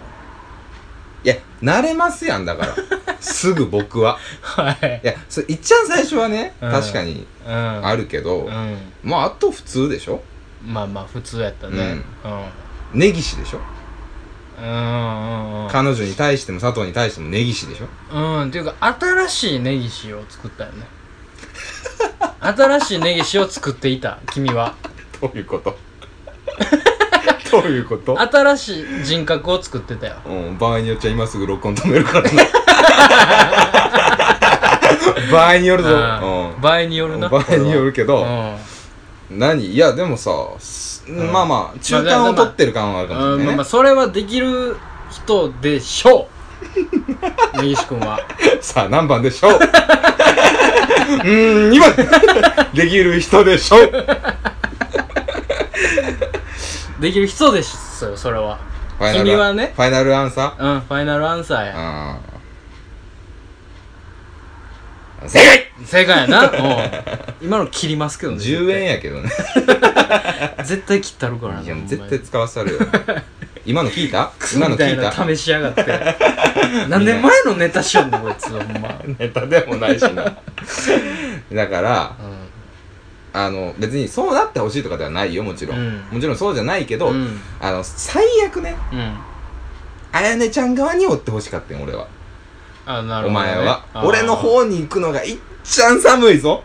S1: いや慣れますやんだからすぐ僕は
S2: (laughs) はい
S1: いやそれいっちゃん最初はね、
S2: うん
S1: 確かに
S2: うんあ
S1: あるけど、
S2: うん
S1: まああと普通でしょ
S2: まあまあ普通やったねうんうん
S1: 根岸でしょ、
S2: うん
S1: 彼女に対しても佐藤に対しても根岸でしょ
S2: うんうんっていうか新しい根岸を作ったよね新しい根岸を作っていた君は
S1: どういうことどういうこと
S2: 新しい人格を作ってたよ
S1: うん、場合によっちゃ今すぐ録音止めるからな場合によるぞ、
S2: うん場合によ
S1: う
S2: る
S1: ん、
S2: な
S1: 場合によるけ
S2: これ
S1: ど、
S2: は
S1: 何いやでもさ、す
S2: ん
S1: まあまあ中間を取ってる感はあるかもし
S2: うん
S1: れ
S2: う
S1: ない
S2: んまあまあ
S1: ね
S2: それはできる人でしょ
S1: (laughs)
S2: う根岸君は
S1: さあ何番でしょううーん2番できる人でしょう
S2: できる人ですよそれは
S1: ファイナル
S2: 君はね
S1: ファイナルアンサ
S2: うん、ファイナルアンサー
S1: ー
S2: や。
S1: あー正解
S2: 正解や
S1: (laughs)
S2: な。うん今の切りますけどね。
S1: 10円やけどね
S2: や。絶対切ったるからな。
S1: いやもう
S2: お
S1: 絶
S2: 前
S1: 対。使わさ
S2: (laughs)
S1: るよ今の聞いた
S2: クソ
S1: 今の
S2: みた
S1: 聞
S2: い
S1: い
S2: な
S1: た
S2: 試しやがって。
S1: (laughs)
S2: 何年前のネタしよんの、こいつは、ほんま。
S1: ネタでもないしな (laughs) だからあの別にそうなってほしいとかではないよもちろん、
S2: うん
S1: もちろんそうじゃないけ
S2: う
S1: ど、
S2: ん。うん。
S1: あの最悪ね
S2: うん。
S1: あやねちゃん側におってほしかったよ俺は、
S2: あ、なる
S1: お
S2: ほどね。
S1: 前は
S2: あー
S1: 俺の。方に行くのがいっちゃん寒いぞ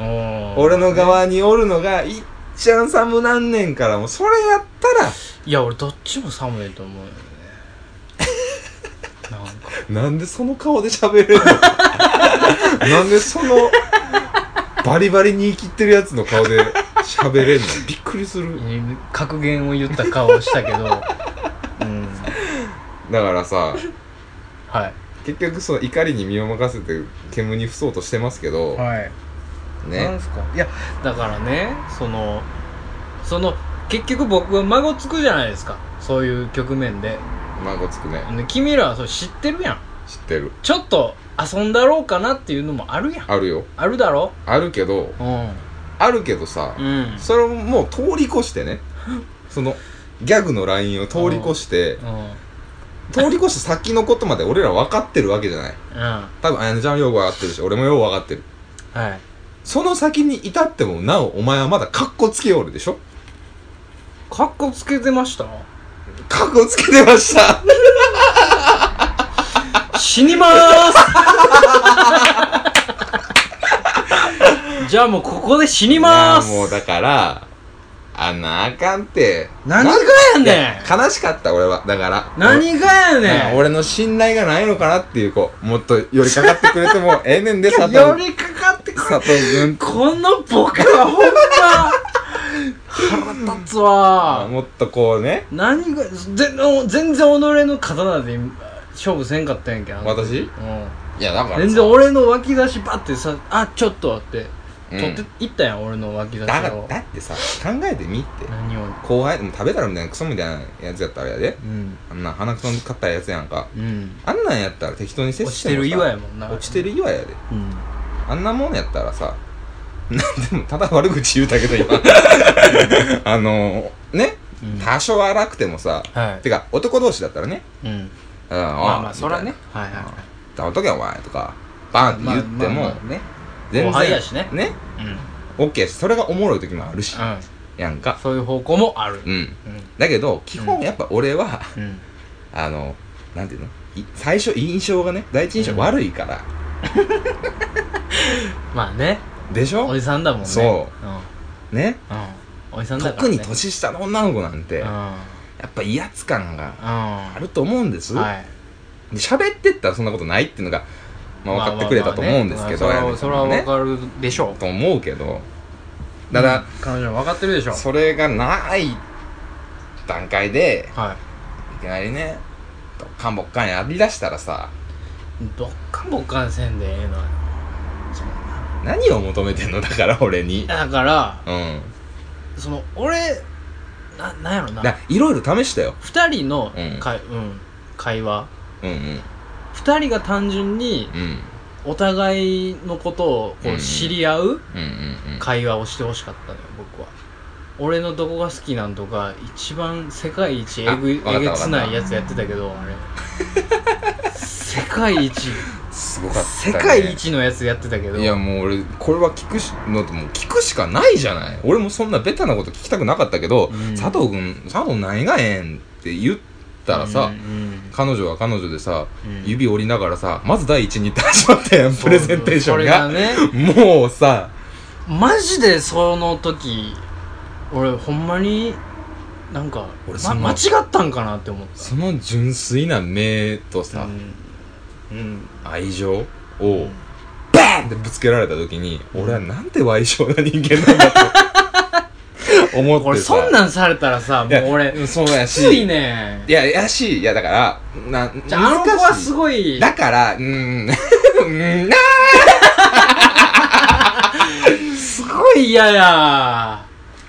S2: うん
S1: 俺の。側におるのがいっちゃん寒なんねんからもうそれやったら
S2: いや、俺どっちも寒いと思うよね。 (laughs)
S1: なんでその顔で喋れるの (laughs) なんでそのバリバリに生きってるやつの顔で喋れるのびっくりする
S2: 格言を言った顔をしたけどうん
S1: だからさ
S2: はい
S1: 結局その怒りに身を任せて煙に伏そうとしてますけど、
S2: はいなん
S1: ね
S2: すかいやだからねそのその結局僕は孫つくじゃないですかそういう局面で
S1: 孫つくね
S2: で君らはそれ知ってるやん
S1: 知ってる
S2: ちょっと遊んだろうかなっていうのもあるやん
S1: あるよ
S2: あるだろ
S1: あるけど
S2: うん
S1: あるけどさ、
S2: うん
S1: それをもう通り越してねそのギャグのラインを通り越して
S2: うん
S1: 通り越して先のことまで俺ら分かってるわけじゃない
S2: うんは
S1: 多分あやねちゃんはよく分かってるし俺もよく分かってる
S2: い
S1: その先に至ってもなおお前はまだカッコつけおるでしょ
S2: かっこつけてました
S1: カッコつけてました
S2: 死にまーす (laughs) じゃあもうここで死にまーす
S1: いやもうだからあんなあかんって
S2: 何がや
S1: い
S2: ね
S1: や悲しかった俺はだから
S2: ん何がやねん
S1: 俺の信頼がないのかなっていう子もっと寄りかかってくれてもええねんで佐藤
S2: 寄りかかってくる
S1: 佐藤君
S2: このボケはほんま腹立つわ
S1: もっとこうね
S2: 何が全全然己の刀で勝負せんかったんやけど
S1: 私い
S2: うん
S1: やだからさ
S2: 全然俺の脇差しバッてさあちょっとって
S1: うん
S2: 取っていったやん、俺の脇差
S1: だか
S2: し
S1: ら
S2: を
S1: だってさ考えてみって
S2: 何を
S1: 後輩もう食べたらみたいなクソみたいなやつやったらあれやで
S2: うん
S1: あんな鼻くそ買ったやつやんか
S2: うん
S1: あんなんやったら適当に接
S2: 落ち
S1: してても
S2: る
S1: さ
S2: 岩やもんな
S1: 落ちてる岩やで
S2: うん
S1: あんなもんやったらさ、なんでも、ただ悪口言うだけど
S2: (laughs)
S1: 今。あのね、
S2: うん
S1: 多少荒くてもさ、
S2: はい
S1: てか、男同士だったらね、
S2: うん
S1: うん、
S2: まあまあそら
S1: み
S2: ねはいはい
S1: たいな。ほっとけお前とか、バーンって言っても、
S2: まあまあまあね
S1: 全然、
S2: 後輩やしね
S1: ね、
S2: うん、うん、
S1: OK し、それがおもろい時もあるし、やんか。
S2: そういう方向もある
S1: うん。
S2: うん
S1: だけど、基本やっぱ俺は、
S2: うん
S1: あの、なんていうのい最初印象がね、第一印象悪いから。
S2: まあね
S1: でし
S2: お
S1: ょ
S2: じさんだもんね
S1: そね
S2: うん、うん、おじさんだから、ね、
S1: 特に年下の女の子なんて、
S2: うんう
S1: や
S2: ん
S1: っぱ威圧感があ
S2: は
S1: ると思うんです。
S2: い
S1: で喋ってったらそんなことないっていうのが、まあ、分かってくれたと思うんですけど、
S2: まあまあまあねそれはそれは
S1: ね
S2: 分かるでしょ
S1: と思うけどただ、
S2: う彼女は分かってるでしょ
S1: それがない段階で
S2: はい
S1: きなりねどっかんぼっかんやりだしたらさ
S2: どっかんぼっかんせんでええのよそんな
S1: 何を求めてんのだから (laughs) 俺に
S2: だから
S1: うん
S2: その俺ななんやろな
S1: だいろいろ試したよ
S2: 二人の
S1: うん
S2: 会,、うん会話
S1: うんうん
S2: 二人が単純に
S1: うん
S2: お互いのことをこ
S1: うん
S2: う知り合う
S1: うんうんうん
S2: 会話をしてほしかったのよ僕は俺のどこが好きなんとか一番世界一えぐい
S1: あわかっ
S2: え
S1: た
S2: げつないやつやってたけどあれ
S1: (laughs)
S2: 世界一
S1: すごかった、
S2: 世
S1: ね、
S2: 界一のやつやってたけど
S1: いやもう俺これは聞くしのもう聞くしかないじゃない俺もそんなベタなこと聞きたくなかったけど、
S2: うん
S1: 佐藤君佐藤何がええんって言ったらさ、
S2: うんうん
S1: 彼女は彼女でさ、
S2: うん
S1: 指折りながらさまず第一にって始まったやんプレゼンテーションが
S2: そうそうそれがね
S1: もうさ
S2: マジでその時俺ほんまになんか、
S1: 俺そ
S2: ま、
S1: んな
S2: 間違ったんかなって思った
S1: その純粋な目とさ、
S2: うんうん
S1: 愛情をバーンってぶつけられた時に、俺はなんて歪償な人間なんだ
S2: (laughs)
S1: と思って
S2: 俺
S1: さ
S2: そんなんされたらさも
S1: いや
S2: う俺
S1: そうやし
S2: ついね
S1: いややしいやだからな
S2: じゃああの子はす
S1: い
S2: ごい
S1: だからうーん (laughs) うーんな
S2: すごい嫌や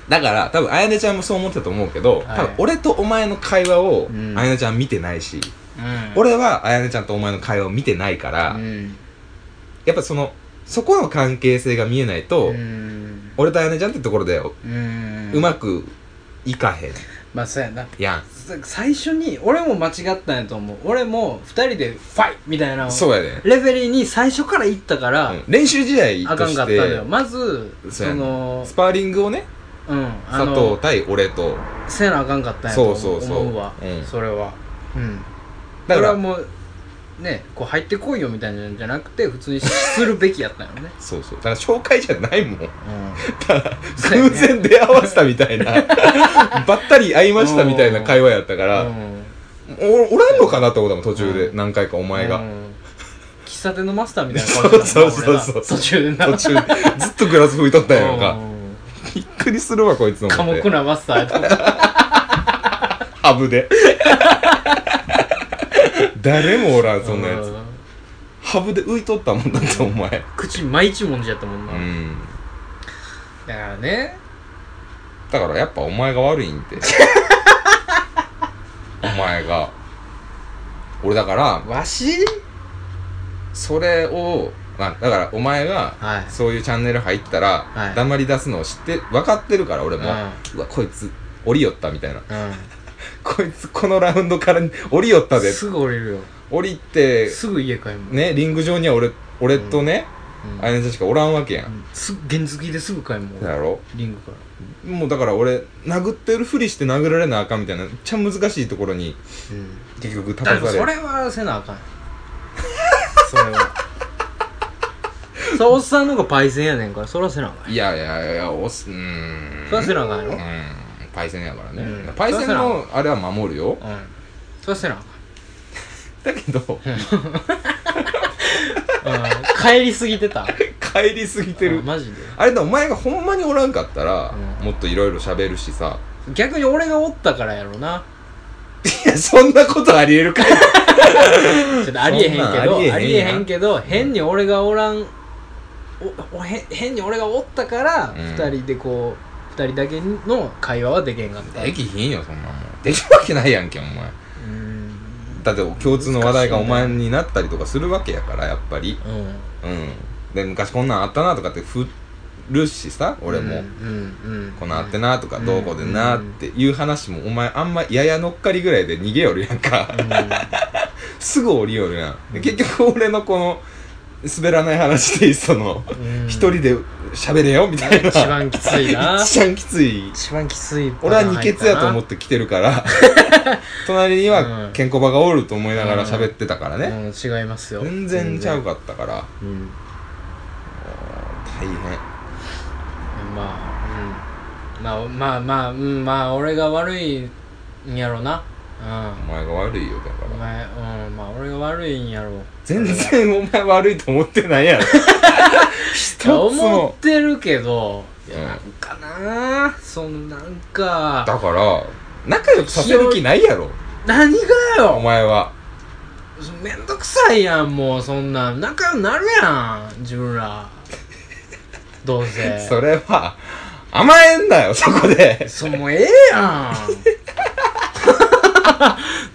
S1: だから多分あやねちゃんもそう思ってたと思うけど、
S2: はい
S1: 多分俺とお前の会話を、
S2: うん
S1: あやねちゃん見てないし
S2: うん
S1: 俺はあやねちゃんとお前の会話を見てないから、
S2: うん
S1: やっぱそのそこの関係性が見えないと、
S2: うん
S1: 俺とあやねちゃんってところで
S2: うん
S1: うまくいかへん
S2: まあそうやな
S1: やん、
S2: さ最初に俺も間違ったんやと思う俺も二人でファイみたいなの
S1: そうやね、
S2: レベルに最初から行ったから、
S1: うん練習試合
S2: あ
S1: と
S2: か
S1: し
S2: んかったのよ
S1: て
S2: まず
S1: そ
S2: そう
S1: やね
S2: の
S1: スパーリングをね
S2: うんあ
S1: 佐藤
S2: の
S1: 対俺と
S2: せなあかんかったんやと思う
S1: そうそうそう
S2: 思うわ、
S1: うん
S2: それはうん
S1: だか
S2: それは
S1: ら
S2: もうねこう入ってこいよみたいなんじゃなくて普通にするべきやったんよ
S1: (laughs)
S2: ね
S1: そうそうだから紹介じゃないもん
S2: そうや
S1: 偶
S2: ね (laughs)
S1: 然出会わせたみたいなばったり会いましたみたいな会話やったか
S2: う
S1: ら、
S2: ん、うん
S1: おおらんのかなって思ったもん途中で
S2: う
S1: 何回かお前
S2: う
S1: が
S2: ん喫茶店のマスターみたいな顔してたな
S1: そうそうそうそう
S2: 俺な途中でな
S1: 途中でずっとグラス拭いとったやん
S2: う
S1: か
S2: ん
S1: びっくりするわこいつの
S2: 寡黙なマスターやと思って
S1: ハブ
S2: (laughs)
S1: で誰もおら (laughs) んそんなや
S2: う
S1: つ
S2: ん
S1: ハブで浮いとったもんだってお前
S2: 口毎日もんじゃったもん
S1: う
S2: な、
S1: ん
S2: だからね
S1: だからやっぱお前が悪いん
S2: (laughs)
S1: てお前が俺だから
S2: わし
S1: それを、まあ、だからお前が
S2: はい
S1: そういうチャンネル入ったら、
S2: はい
S1: 黙り出すのを知って分かってるから俺も、
S2: う
S1: うわこいつ降りよったみたいな (laughs)
S2: う
S1: こいつこのラウンドから降りよった
S2: ん
S1: です
S2: ぐ降りるよ
S1: 降りて
S2: すぐ家帰るもん、
S1: ねリング上には俺俺とね、
S2: うん
S1: あやねちゃんしかおらんわけや、
S2: うんんすぐ原付きですぐ帰るもん
S1: だ
S2: 俺
S1: ろ
S2: リングから
S1: もうだから俺殴ってるふりして殴られなあかんみたいなめっちゃ難しいところに
S2: うん
S1: 結局立
S2: だ
S1: た
S2: から
S1: され
S2: そ
S1: る
S2: れはせなあかん (laughs) それはそれおっさんの方がパイセンやねんからそれはせなあかん
S1: いやいやいやおすうーん
S2: それはせなあかんやろ
S1: うんパイセンやからね、
S2: うん
S1: パイセンのあれは守るよ
S2: うんそれはせなあ
S1: だけど
S2: かん、うん、帰りすぎてた
S1: (laughs) 帰りすぎて
S2: う
S1: る
S2: んマジで
S1: あれだお前がほんまにおらんかったら、
S2: うん
S1: もっといろいろ喋るしさ
S2: 逆に俺がおったからやろない
S1: やそんなことありえるかい
S2: ちょっとありえへんけ
S1: そんなんあ
S2: ど
S1: りえへんやん
S2: ありえへんけど変に俺がおらんおおへん変に俺がおったから、
S1: ん
S2: 二人でこう二人だけの会話はできへんかった
S1: できひんよそんなもんできるわけないやんけお前
S2: うん
S1: だって共通の話題がお前になったりとかするわけやからやっぱり
S2: うん
S1: うんで昔こんなんあったなとかって振るしさ俺も、
S2: うんうんうん
S1: こんなんあってなとか、
S2: うん
S1: どうこうでなっていう話もお前あんまややのっかりぐらいで逃げよるやんか、
S2: うん
S1: すぐ降りよるやんで結局俺のこの滑らない話でその
S2: うん
S1: 一人で喋れよみたいな
S2: 一番きつ
S1: (laughs)
S2: いな
S1: 一番きつい
S2: 一番きつい
S1: 俺は二欠やと思ってて来てるから
S2: (laughs)
S1: 隣には
S2: うん
S1: ケンコバがおると思いながら喋ってたから
S2: ね
S1: ね、
S2: うん違いますよ
S1: 全然ちゃうかったから
S2: 全然うん
S1: 大変
S2: まあうんまあまあまあうんまあ俺が悪いんやろな
S1: お前が悪いよだか
S2: うんお (laughs)
S1: ら
S2: 前うんまあ俺が悪いんやろ
S1: 全然お前悪いと思ってないや
S2: (laughs)
S1: ろ一つ
S2: いや思
S1: も
S2: ってるけどい
S1: うん
S2: やなんかなそのなんか
S1: だから仲良くさせる気ないやろ
S2: 何が
S1: お
S2: よ
S1: 前は
S2: めんどくさいやんもうそんなん仲良くなるやん自分らどうせ
S1: (laughs) それは甘えんなよそこで
S2: そもうええや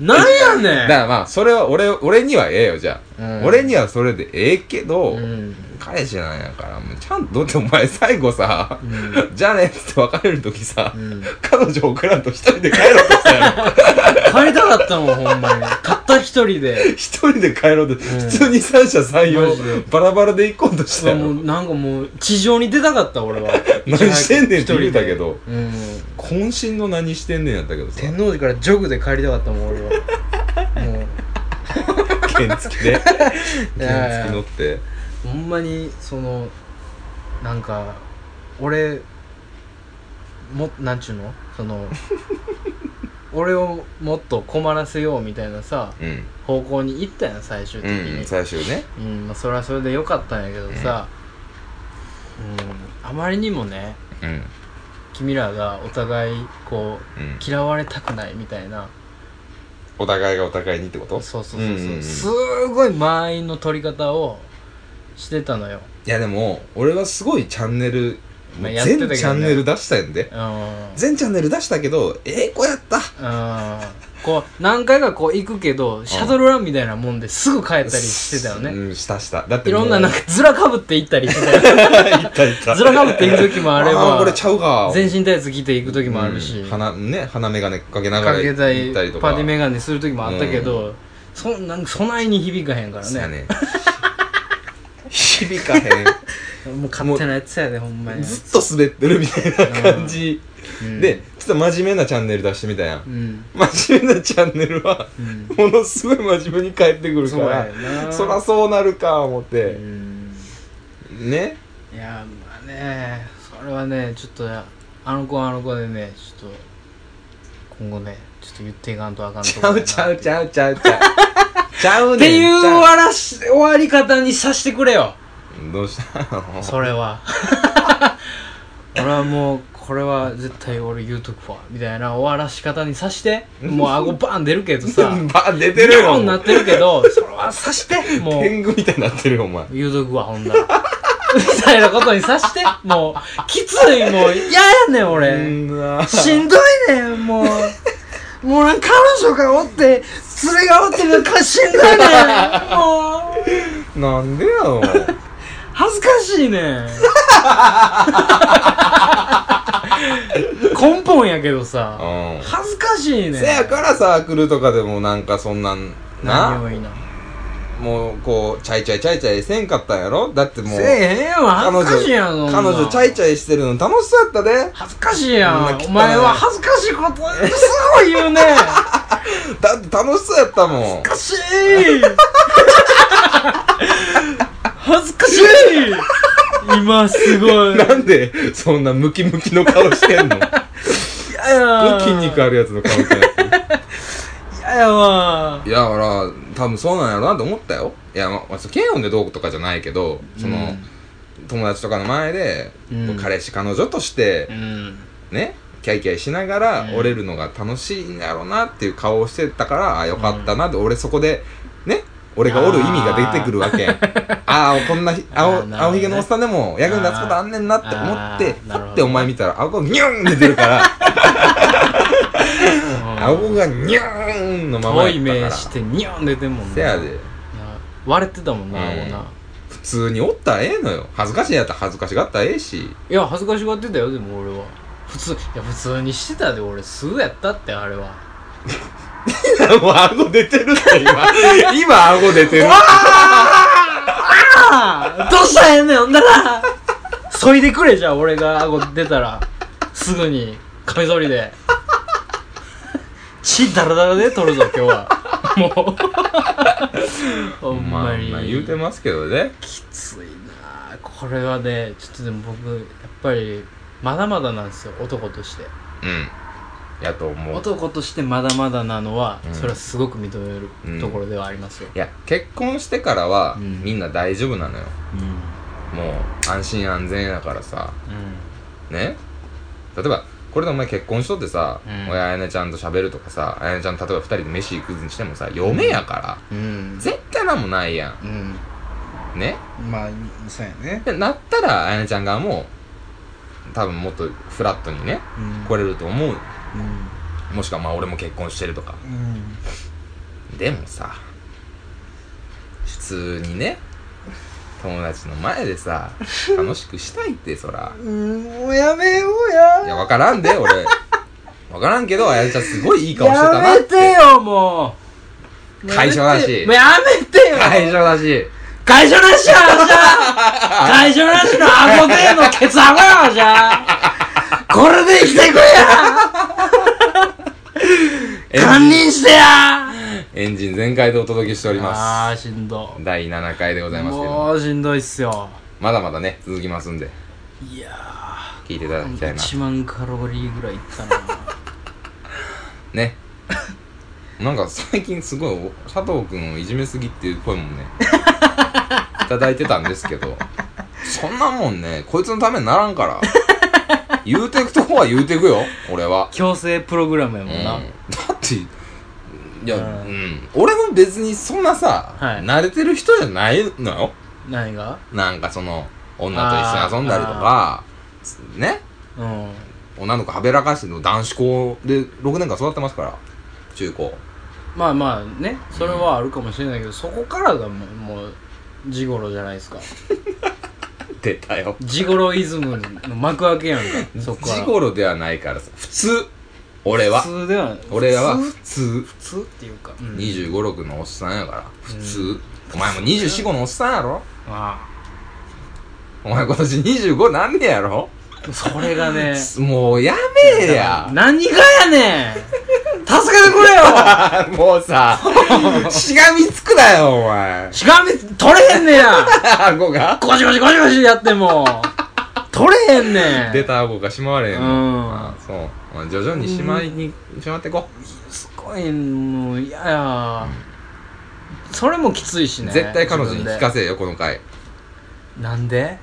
S2: んなんや
S1: だか
S2: ねん
S1: らまあそれは俺俺にはええよじゃあ、
S2: うん
S1: 俺にはそれでええけど、
S2: うん
S1: 彼氏なんやからもうちゃんとだってお前最後さ
S2: う、ん
S1: じゃあねっつって別れる時さ、
S2: うん
S1: 彼女送らんと一人で帰ろうとした
S2: (laughs)
S1: やろ
S2: 帰りたかったもんほんまにたった一人で
S1: 一人で帰ろうと、普通に三者三
S2: マジで
S1: 様バラバラで行こうとしたや
S2: も
S1: ろ
S2: うなんかもう地上に出たかった俺は
S1: 何してんねんって言うたけど
S2: 一人でうん
S1: 渾身の何してんねんやったけどさ
S2: 天王寺からジョグで帰りたかったもん俺はもう
S1: 原付で
S2: (laughs) いやいや
S1: 原付乗って
S2: ほんまにそのなんか俺もなんちゅうのその俺をもっと困らせようみたいなさ
S1: うん
S2: 方向に行ったやん最終的
S1: うん、
S2: に、
S1: 最終ね
S2: うんまあ、それはそれでよかったんやけどさ、うんあまりにもね
S1: うんうん
S2: 君らがお互いこう嫌われたくないみたいな
S1: お互いがお互いにってこと
S2: そうそうそうそう、
S1: んんん
S2: すごい間合いの取り方をしてたのよ
S1: いやでも俺はすごいチャンネル
S2: まあやって
S1: 全
S2: たけどね
S1: チャンネル出したんで
S2: うん
S1: 全チャンネル出したけどええ子やった
S2: うんこう何回かこう行くけどシャトルランみたいなもんですぐ帰ったりしてたよね
S1: うんしたしただって
S2: いろんななん
S1: か
S2: かずらかぶって行ったりしてた
S1: (laughs)
S2: よ
S1: 行った行った
S2: ずらかぶって行く時もあれ
S1: あ
S2: ば
S1: ーこれちゃうか
S2: 全身タイツ着て行く時もあるし、
S1: うん鼻ね鼻眼鏡かけなが
S2: からけたい
S1: 行ったりとか
S2: パティメガネする時もあったけど、そんなんか備えに響かへんから
S1: そうや
S2: ね
S1: ね響かへ
S2: もう勝手なやつやでほんま
S1: ん
S2: に
S1: ずっと滑ってるみたいな感じ
S2: うん
S1: でちょっと真面目なチャンネル出してみたやん
S2: うん
S1: 真面目なチャンネルは
S2: うん
S1: ものすごい真面目に帰ってくるか
S2: そうや
S1: ら
S2: な
S1: そらそうなるか思っ
S2: う
S1: て
S2: ん
S1: ね
S2: いやまあねそれはねちょっとやあの子はあの子でねちょっと今後ねちょっと言っていかんとあかんと
S1: ち
S2: こ
S1: ゃ
S2: やな
S1: うちゃうちゃうちゃうちゃうちゃうねん
S2: っていう
S1: ち
S2: 終
S1: ゃ
S2: わらし終わり方にさしてくれよ
S1: どうしたの
S2: それは俺はもうこれは絶対俺言うとくわみたいな終わらし方にさしてもう顎バン出るけどさ
S1: (laughs) バー出てる
S2: ビ
S1: よ
S2: ョンなってるけどそれは
S1: (laughs)
S2: さしてもう
S1: 天狗みたいになってるよお前
S2: 言うとくわほんならみたいなことにさしてもうきついもう嫌やねん俺、
S1: うんな
S2: しんどいねんもうもうなんか彼女がおって連れがおってるからしんどいねんもう
S1: なんでやろ
S2: 恥ずかしいねん根本やけどさ
S1: (laughs) うん
S2: 恥ずかしいねん
S1: せやからサークルとかでもなんかそんなん
S2: 何
S1: な
S2: をいいな
S1: もうこうチャイチャイチャイチャイせんかったんやろだってもう
S2: せえへんわ恥ずかしいやん
S1: 彼女チャイチャイしてるの楽しそうやったで
S2: 恥ずかしいや
S1: こんなん汚い
S2: お前は恥ずかしいことすごい言うね恥
S1: だって楽しそうやったもん
S2: ずかしい恥ずかしい今すごい
S1: なんでそんなムキムキの顔して
S2: (laughs)
S1: んの
S2: 嫌や
S1: 筋肉あるやつの顔してんの
S2: 嫌やわ
S1: いや、だから、多分そうなんやろなと思ったよ。いや、まあ、そう嫌悪でどうこうとかじゃないけど、その、
S2: うん
S1: 友達とかの前で、
S2: うん
S1: 彼氏彼女として
S2: う、ん
S1: ね、キャイキャイしなが
S2: う
S1: ら
S2: ん
S1: 折れるのが楽しいんやろうなっていう顔をしてたから、あ、よかったなって、俺そこで、ね、俺がおる意味が出てくるわけやん。ああ、こんな
S2: (laughs)
S1: ひ
S2: あーなる
S1: 青
S2: ほど、ね
S1: 青ひげのおっさんでも役に立つことあんねんなって思って
S2: あー、なるほど
S1: ふってお前見たら、顎がニューンって出るから、顎がニューンのまま
S2: 遠
S1: やった
S2: い
S1: か
S2: 目
S1: ら。
S2: してニョン出てんもんな
S1: せやで。
S2: な割れてたもんな、
S1: うん
S2: もうな
S1: 普通におったらええのよ恥ずかしいんやったら恥ずかしがったらええ
S2: (laughs)
S1: し
S2: いや恥ずかしがってたよでも俺は普通いや普通にしてたで俺すぐやったってあれは
S1: もう顎出てるって今 (laughs) 今顎出てる
S2: ああどうしたらええねんほんなら (laughs) そいでくれじゃあ俺が顎出たらすぐにカミソリで (laughs) 血ダラダラで取るぞ今日はもう (laughs) ほん
S1: ま
S2: ま
S1: あ
S2: に
S1: まあ言うてますけどね
S2: きついなあこれはねちょっとでも僕やっぱりまだまだなんですよ男として
S1: うんやと思う
S2: 男としてまだまだなのは、
S1: うん
S2: それはすごく認め
S1: うん
S2: るところではありますよ、
S1: いや結婚してからは、
S2: うん
S1: みんな大丈夫なのよ
S2: うん
S1: もう安心安全やからさね例えばこれでお前結婚しとってさ、
S2: うん
S1: 俺あやねちゃんと喋るとかさあやねちゃん例えば2人で飯行くにしてもさ嫁やから、
S2: うん
S1: 絶対なんもないや
S2: うん
S1: んね
S2: まあそうやね
S1: でなったらあやねちゃん側も多分もっとフラットにね来れると思う
S2: う
S1: もしくはまあ俺も結婚してるとか
S2: んうん
S1: でもさ普通にね友達の前でさ楽しくしたいってそら
S2: うんもうやめよう
S1: い
S2: や
S1: やわからんで俺わからんけどあやねちゃんすごいいい顔してた
S2: や
S1: なっ
S2: め
S1: て
S2: てよもう
S1: 会社だし
S2: もうやめてよ
S1: 会社だし
S2: 会社なしや (laughs) じゃあ会社なしの顎でのケツ顎やじゃあこれで生きていくや
S1: エ
S2: (laughs) 堪
S1: ンジン
S2: 忍してや
S1: エンジン全開でお届けしておりま
S2: あーしんど
S1: す第7回でございますけど
S2: もうしんどいっすよ
S1: まだまだね続きますんで
S2: いや
S1: 聞いていただきたい
S2: ー
S1: な
S2: 1万カロリーぐらいいったな
S1: ね (laughs) なんか最近すごいお佐藤君をいじめすぎっていう声もねいただいてたんですけどそんなもんねこいつのためにならんから言うてくとこは言うてくよ俺は、
S2: 強制プログラムや
S1: う
S2: も
S1: ん、
S2: んな、
S1: だっていや、
S2: う
S1: うんん、俺も別にそんなさ、
S2: はい
S1: 慣れてる人じゃないのよ
S2: 何が
S1: なんかその女と一緒に遊んだりとかね
S2: うん
S1: 女の子はべらかしての男子校で6年間育ってますから中高
S2: まあまあねそれはあるかもしれないけど、そこからがもうもうジゴロじゃないですか
S1: 出たよ
S2: ジゴロイズムの幕開
S1: (laughs)
S2: けやんかそこから
S1: ジゴロではないからさ普通俺は
S2: 普通では
S1: 俺は
S2: 普
S1: 普通
S2: 通普通っていうか、うん
S1: 2 5六6のおっさんやから普通、お前も2 4 5のおっさんやろ
S2: あ
S1: お前今年25なんねやろ
S2: あそれがね
S1: もうやめえや
S2: 何がやねん助けてくれ
S1: (laughs)
S2: よ
S1: もうさ (laughs) しがみつくなよお前
S2: しがみ取れへんねや
S1: 顎が
S2: ゴシゴシゴシゴシやっても取れへんねん
S1: 出た顎がしまわれへんの、
S2: うん
S1: まあそうまあ徐々にしまいに、しまってこ
S2: すごいもう嫌やそれもきついし
S1: う、
S2: ね
S1: 絶対彼女に聞か
S2: せ
S1: せよこの回
S2: なんで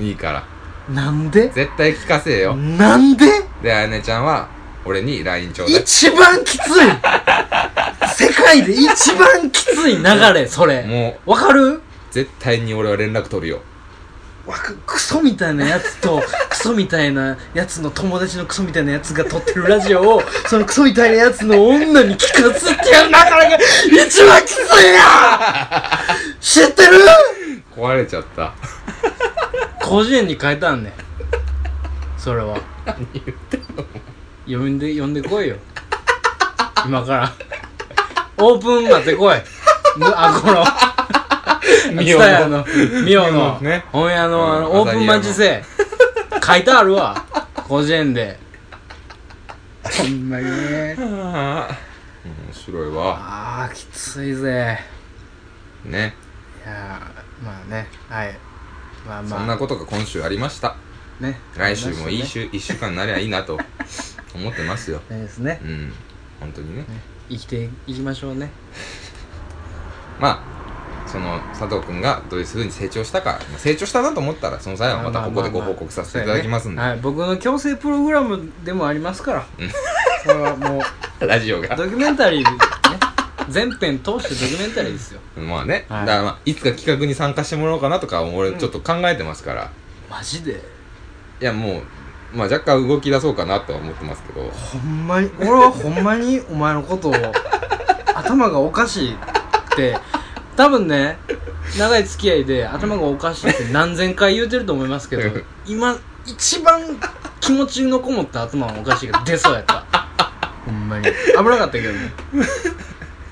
S1: いいから
S2: なんで
S1: 絶対聞かせよ
S2: なんで
S1: であやねちゃんは俺に LINE ちょうだい
S2: 一番きつい世界で一番きつい流れそれ
S1: も
S2: わかる
S1: う絶対に俺は連絡取るよ
S2: わかクソみたいなやつ (laughs) とクソみたいなやつの友達のクソみたいなやつが撮ってるラジオをそのクソみたいなやつの女に聞かすっていう流れが一番きついや (laughs) ん知ってる
S1: 壊れちゃ
S2: (laughs)
S1: った
S2: 広辞苑に書いてあんねんそれは何言ってんの読んで読んでこいよ今からオープン待ってこいむあこの
S1: ミ
S2: 蔦
S1: オの
S2: 屋のミオの
S1: ミオのね
S2: 本屋のあの
S1: うん
S2: オープン待ちせ書いてあるわ広辞苑でほんまにね
S1: 面白いわ
S2: あーきついぜ
S1: ね、
S2: いやーまあねはいまあまあ
S1: そんなことが今週ありました
S2: ね
S1: 来週もいい
S2: ね
S1: 週、一週間になりゃいいな
S2: (laughs)
S1: と思ってますよ
S2: ですね
S1: うん本当にね
S2: 生きていきましょうね
S1: まあその佐藤君がどういうふうに成長したかまあ成長したなと思ったらその際はまたここでご報告させていただきますんで、
S2: まあまあまあそうやねはい、僕の強制プログラムでもありますからそれはもう
S1: ラジオが
S2: ドキュメンタリーでね全編通してドキュメンタリーですよ
S1: まあね、
S2: はい
S1: だからまあいつか企画に参加してもらおうかなとか俺ちょっと考えてますから、
S2: マジで
S1: いやもうまあ若干動き出そうかなとは思ってますけど
S2: ほんまに俺はほんまにお前のことを頭がおかしいって多分ね長い付き合いで頭がおかしいって何千回言うてると思いますけど
S1: うん
S2: 今一番気持ちのこもった頭がおかしいが出そうやったほんまに危なかったけどね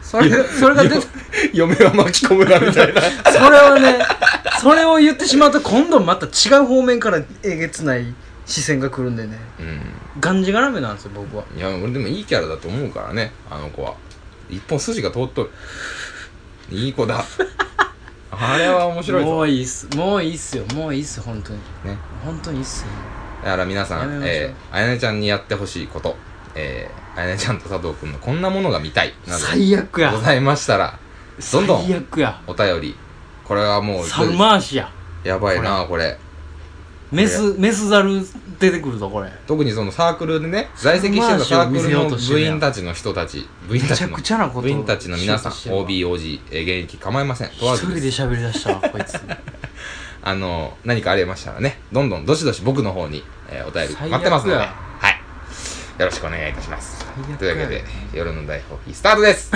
S2: それがそれが出た
S1: (laughs) 嫁は巻き込むなみた (laughs) いな
S2: それはね、それを言ってしまうと今度また違う方面からえげつない視線が来るんでね。
S1: うん
S2: がんじがらめなんですよ、僕は。
S1: いや俺でもいいキャラだと思うからねあの子は一本筋が通っとるいい子だあれは面白い
S2: も
S1: ぞ
S2: ういいっす。もういいっすよ。もういいっす、本当に。
S1: ね
S2: 本当にいいっすよ。
S1: だから皆さ
S2: やめ
S1: ん
S2: ましょう
S1: えーあやねちゃんにやってほしいことえーあやねちゃんと佐藤くんのこんなものが見たいなど
S2: 最悪や
S1: ご。ざいましたらどんど
S2: 最
S1: ん
S2: 悪や。
S1: お便りこれはもう
S2: 猿回しや。
S1: やばいなこれ
S2: メス、メスザル出てくるぞ、これ。
S1: 特にそのサークルでね在籍してたサークルの部員たちの人たち部員
S2: め
S1: た
S2: ち
S1: ち
S2: ゃ
S1: の
S2: くちゃなこと
S1: 部員たちの皆さん
S2: しようとして
S1: OBOG 現役構いません問
S2: るわ
S1: わ
S2: 一
S1: ず
S2: 人
S1: で
S2: です喋り出したわ、こいつ。
S1: あの、何かありましたらね、どんどんどしどし僕の方に、えーお便り
S2: 最悪
S1: 待ってますので、
S2: や
S1: はい。よろしくお願いいたします
S2: 最悪。や
S1: というわけで、夜の大放棄スタートです